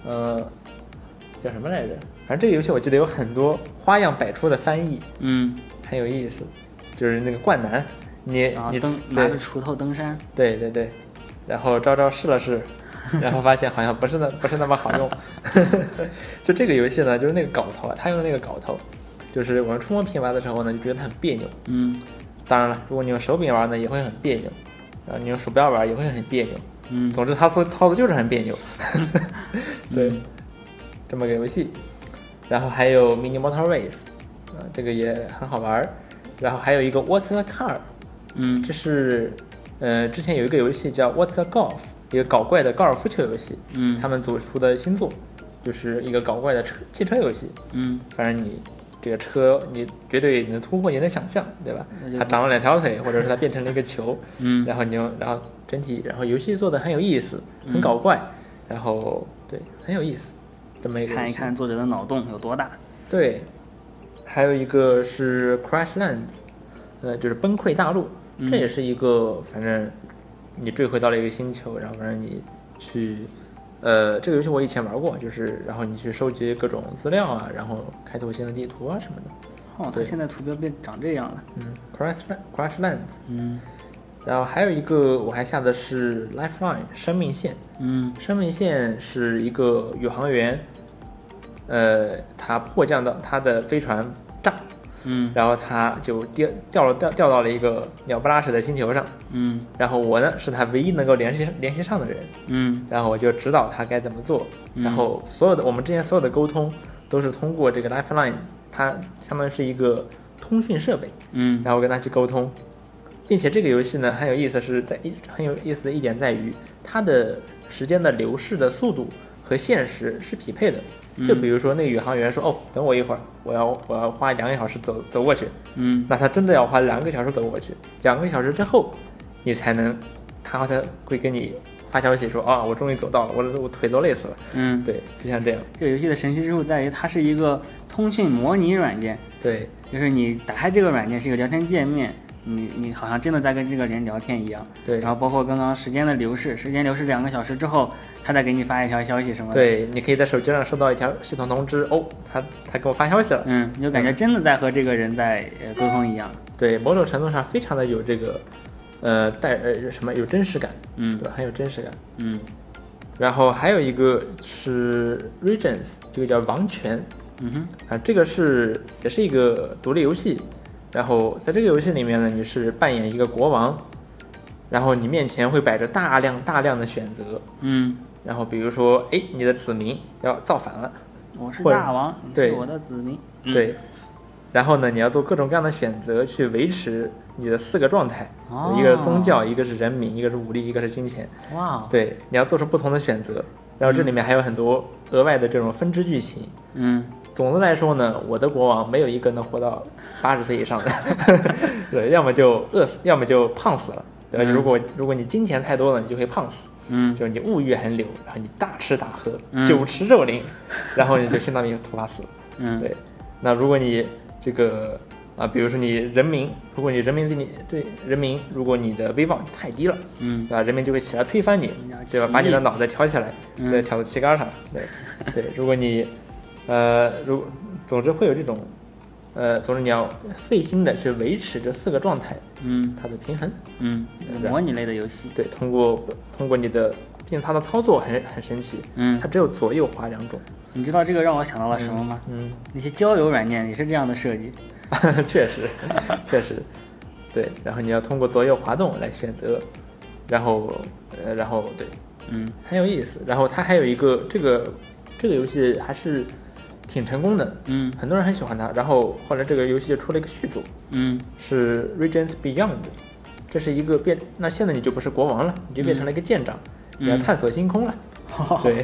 [SPEAKER 2] 呃，叫什么来着？反正这个游戏我记得有很多花样百出的翻译，
[SPEAKER 1] 嗯，
[SPEAKER 2] 很有意思。就是那个灌篮，你、
[SPEAKER 1] 然后
[SPEAKER 2] 你
[SPEAKER 1] 登啊拿着锄头登山，
[SPEAKER 2] 对对对对，然后招招试了试，然后发现好像不是那不是那么好用。 (laughs) 就这个游戏呢，就是那个搞头啊，他用的那个搞头，就是我们触摸屏玩的时候呢，就觉得它很别扭。
[SPEAKER 1] 嗯
[SPEAKER 2] 当然了，如果你用手柄玩呢，也会很别扭；然后你用鼠标玩也会很别扭。
[SPEAKER 1] 嗯，
[SPEAKER 2] 总之，它操操作就是
[SPEAKER 1] (laughs)
[SPEAKER 2] 很别扭。对，这么个游戏。然后还有 Mini Motor Race，啊、这个也很好玩儿。然后还有一个 What's the Car，
[SPEAKER 1] 嗯
[SPEAKER 2] 这是呃之前有一个游戏叫 What's the Golf，一个搞怪的高尔夫球游戏，
[SPEAKER 1] 嗯
[SPEAKER 2] 他们组出的新作，就是一个搞怪的车汽车游戏。
[SPEAKER 1] 嗯，
[SPEAKER 2] 反正你这个车，你绝对能突破你的想象，对吧
[SPEAKER 1] 那就？
[SPEAKER 2] 它长了两条腿，或者是它变成了一个球，
[SPEAKER 1] (laughs) 嗯
[SPEAKER 2] 然后你用，然后整体，然后游戏做的很有意思，很搞
[SPEAKER 1] 嗯
[SPEAKER 2] 怪，然后对，很有意思，这么一个游
[SPEAKER 1] 看一
[SPEAKER 2] 戏。
[SPEAKER 1] 看作者的脑洞有多大。
[SPEAKER 2] 对，还有一个是 Crashlands，呃，就是崩溃大陆，
[SPEAKER 1] 嗯
[SPEAKER 2] 这也是一个反正你坠回到了一个星球，然后让你去，呃，这个游戏我以前玩过，就是然后你去收集各种资料啊，然后开拓新的地图啊什么的。
[SPEAKER 1] 哦，它
[SPEAKER 2] 对
[SPEAKER 1] 现在图标变长这样了。
[SPEAKER 2] 嗯，Crash Crashlands，
[SPEAKER 1] 嗯
[SPEAKER 2] 然后还有一个我还下的是 Lifeline 生命线，
[SPEAKER 1] 嗯
[SPEAKER 2] 生命线是一个宇航员，呃，他迫降到他的飞船炸，
[SPEAKER 1] 嗯
[SPEAKER 2] 然后他就掉掉了掉掉到了一个鸟不拉屎的星球上，
[SPEAKER 1] 嗯
[SPEAKER 2] 然后我呢是他唯一能够联系联系上的人，
[SPEAKER 1] 嗯
[SPEAKER 2] 然后我就指导他该怎么做，
[SPEAKER 1] 嗯
[SPEAKER 2] 然后所有的我们之前所有的沟通都是通过这个 Lifeline，它相当于是一个通讯设备，
[SPEAKER 1] 嗯
[SPEAKER 2] 然后跟他去沟通，并且这个游戏呢很有意思是在一很有意思的一点在于它的时间的流逝的速度和现实是匹配的。就比如说那个宇航员说：“哦，等我一会儿，我要我要花两个小时走走过去。”
[SPEAKER 1] 嗯
[SPEAKER 2] 那他真的要花两个小时走过去，两个小时之后，你才能，他才会给你发消息说：“啊，我终于走到了，我我腿都累死了。”
[SPEAKER 1] 嗯，
[SPEAKER 2] 对，就像这样，
[SPEAKER 1] 这个游戏的神奇之处在于，它是一个通讯模拟软件，
[SPEAKER 2] 对
[SPEAKER 1] 就是你打开这个软件是一个聊天界面，你你好像真的在跟这个人聊天一样。
[SPEAKER 2] 对
[SPEAKER 1] 然后包括刚刚时间的流逝，时间流逝两个小时之后，他再给你发一条消息什么的。。
[SPEAKER 2] 对，你可以在手机上收到一条系统通知，哦，他他给我发消息了。
[SPEAKER 1] 嗯，你就感觉真的在和这个人在呃沟通一样。
[SPEAKER 2] 对，某种程度上非常的有这个，呃，带呃什么有真实感，
[SPEAKER 1] 嗯
[SPEAKER 2] 对吧？很有真实感。
[SPEAKER 1] 嗯
[SPEAKER 2] 然后还有一个是 Regents，这个叫王权，
[SPEAKER 1] 嗯哼
[SPEAKER 2] 啊，这个是也是一个独立游戏。然后在这个游戏里面呢，你是扮演一个国王，然后你面前会摆着大量大量的选择。
[SPEAKER 1] 嗯，
[SPEAKER 2] 然后比如说，哎，你的子民要造反了，
[SPEAKER 1] 我是
[SPEAKER 2] 或者
[SPEAKER 1] 大王，你是
[SPEAKER 2] 对
[SPEAKER 1] 我的子民。嗯
[SPEAKER 2] 对。然后呢，你要做各种各样的选择去维持你的四个状态，
[SPEAKER 1] 哦
[SPEAKER 2] 一个是宗教，一个是人民，一个是武力，一个是金钱。
[SPEAKER 1] 哇，，哦
[SPEAKER 2] 对，你要做出不同的选择。然后这里面还有很多额外的这种分支剧情。
[SPEAKER 1] 嗯，
[SPEAKER 2] 总的来说呢，我的国王没有一个能活到八十岁以上的， (laughs) 对，要么就饿死，要么就胖死了。对吧，
[SPEAKER 1] 嗯
[SPEAKER 2] 如果如果你金钱太多了，你就会胖死，
[SPEAKER 1] 嗯
[SPEAKER 2] 就是你物欲横流，然后你大吃大喝，
[SPEAKER 1] 嗯
[SPEAKER 2] 酒池肉林，然后你就相当于突发死了。
[SPEAKER 1] 嗯，
[SPEAKER 2] 对，那如果你这个啊，比如说你人民，如果你人民对你对人民，如果你的威望太低了，
[SPEAKER 1] 嗯
[SPEAKER 2] 对吧？啊人民就会起来推翻你
[SPEAKER 1] 要，
[SPEAKER 2] 对吧
[SPEAKER 1] 起？
[SPEAKER 2] 把你的
[SPEAKER 1] 义
[SPEAKER 2] 脑袋挑起来，
[SPEAKER 1] 嗯
[SPEAKER 2] 对，挑到旗杆上，对对。如果你呃，如果总之会有这种呃，总之你要费心的去维持这四个状态
[SPEAKER 1] 嗯
[SPEAKER 2] 它的平衡，
[SPEAKER 1] 嗯，模拟类的游戏。
[SPEAKER 2] 对，通过通过你的。并且它的操作很很神奇，
[SPEAKER 1] 嗯
[SPEAKER 2] 它只有左右滑两种，
[SPEAKER 1] 你知道这个让我想到了什么吗？
[SPEAKER 2] 嗯， (laughs)
[SPEAKER 1] 那些交友软件也是这样的设计。
[SPEAKER 2] 确实， (laughs) 确实，对。然后你要通过左右滑动来选择，然后，呃，然后对，
[SPEAKER 1] 嗯
[SPEAKER 2] 很有意思。然后它还有一个这个这个游戏还是挺成功的，
[SPEAKER 1] 嗯
[SPEAKER 2] 很多人很喜欢它。然后后来这个游戏就出了一个续作，
[SPEAKER 1] 嗯
[SPEAKER 2] 是 Regions Beyond，这是一个变，那现在你就不是国王了，你就变成了一个舰长，你要
[SPEAKER 1] 嗯
[SPEAKER 2] 探索星空了。
[SPEAKER 1] 哈哈
[SPEAKER 2] 对，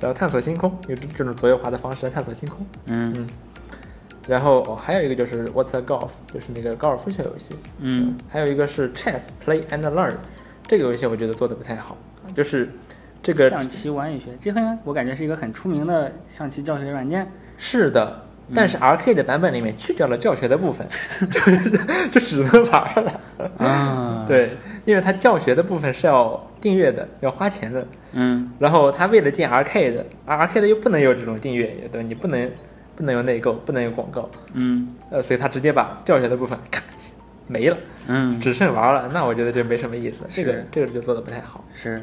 [SPEAKER 2] 然后探索星空，用这这种左右滑的方式来探索星空。
[SPEAKER 1] (laughs) 嗯
[SPEAKER 2] 嗯，然后、哦、还有一个就是 What's a Golf，就是那个高尔夫球游戏。
[SPEAKER 1] 嗯
[SPEAKER 2] 还有一个是 Chess Play and Learn，这个游戏我觉得做的不太好，就是这个
[SPEAKER 1] 象棋玩语学，这好像我感觉是一个很出名的象棋教学软件。
[SPEAKER 2] 是
[SPEAKER 1] 嗯
[SPEAKER 2] 的。但是 R K 的版本里面去掉了教学的
[SPEAKER 1] (laughs)
[SPEAKER 2] 部分，就是 (laughs) 就只能玩了。
[SPEAKER 1] (laughs) 啊，
[SPEAKER 2] (laughs) 对，因为它教学的部分是要订阅的，要花钱的。
[SPEAKER 1] 嗯
[SPEAKER 2] 然后他为了进 RK 的，RK 的又不能有这种订阅，对吧？你不能不能有内购，不能有广告，
[SPEAKER 1] 嗯
[SPEAKER 2] 呃，所以他直接把教学的部分咔没了，
[SPEAKER 1] 嗯，
[SPEAKER 2] 只剩玩了。那我觉得这没什么意思，这个
[SPEAKER 1] 是
[SPEAKER 2] 这个就做的不太好。
[SPEAKER 1] 是，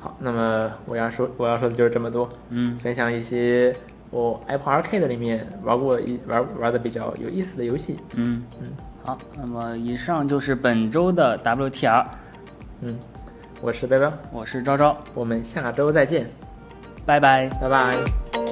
[SPEAKER 2] 好，那么我要说我要说的就是这么多，
[SPEAKER 1] 嗯
[SPEAKER 2] 分享一些我 Apple RK 的里面玩过一玩玩的比较有意思的游戏。
[SPEAKER 1] 嗯，
[SPEAKER 2] 嗯
[SPEAKER 1] 好，那么以上就是本周的 WTR，
[SPEAKER 2] 嗯，我是彪彪，
[SPEAKER 1] 我是昭昭，
[SPEAKER 2] 我们下周再见，
[SPEAKER 1] 拜拜。
[SPEAKER 2] 拜拜。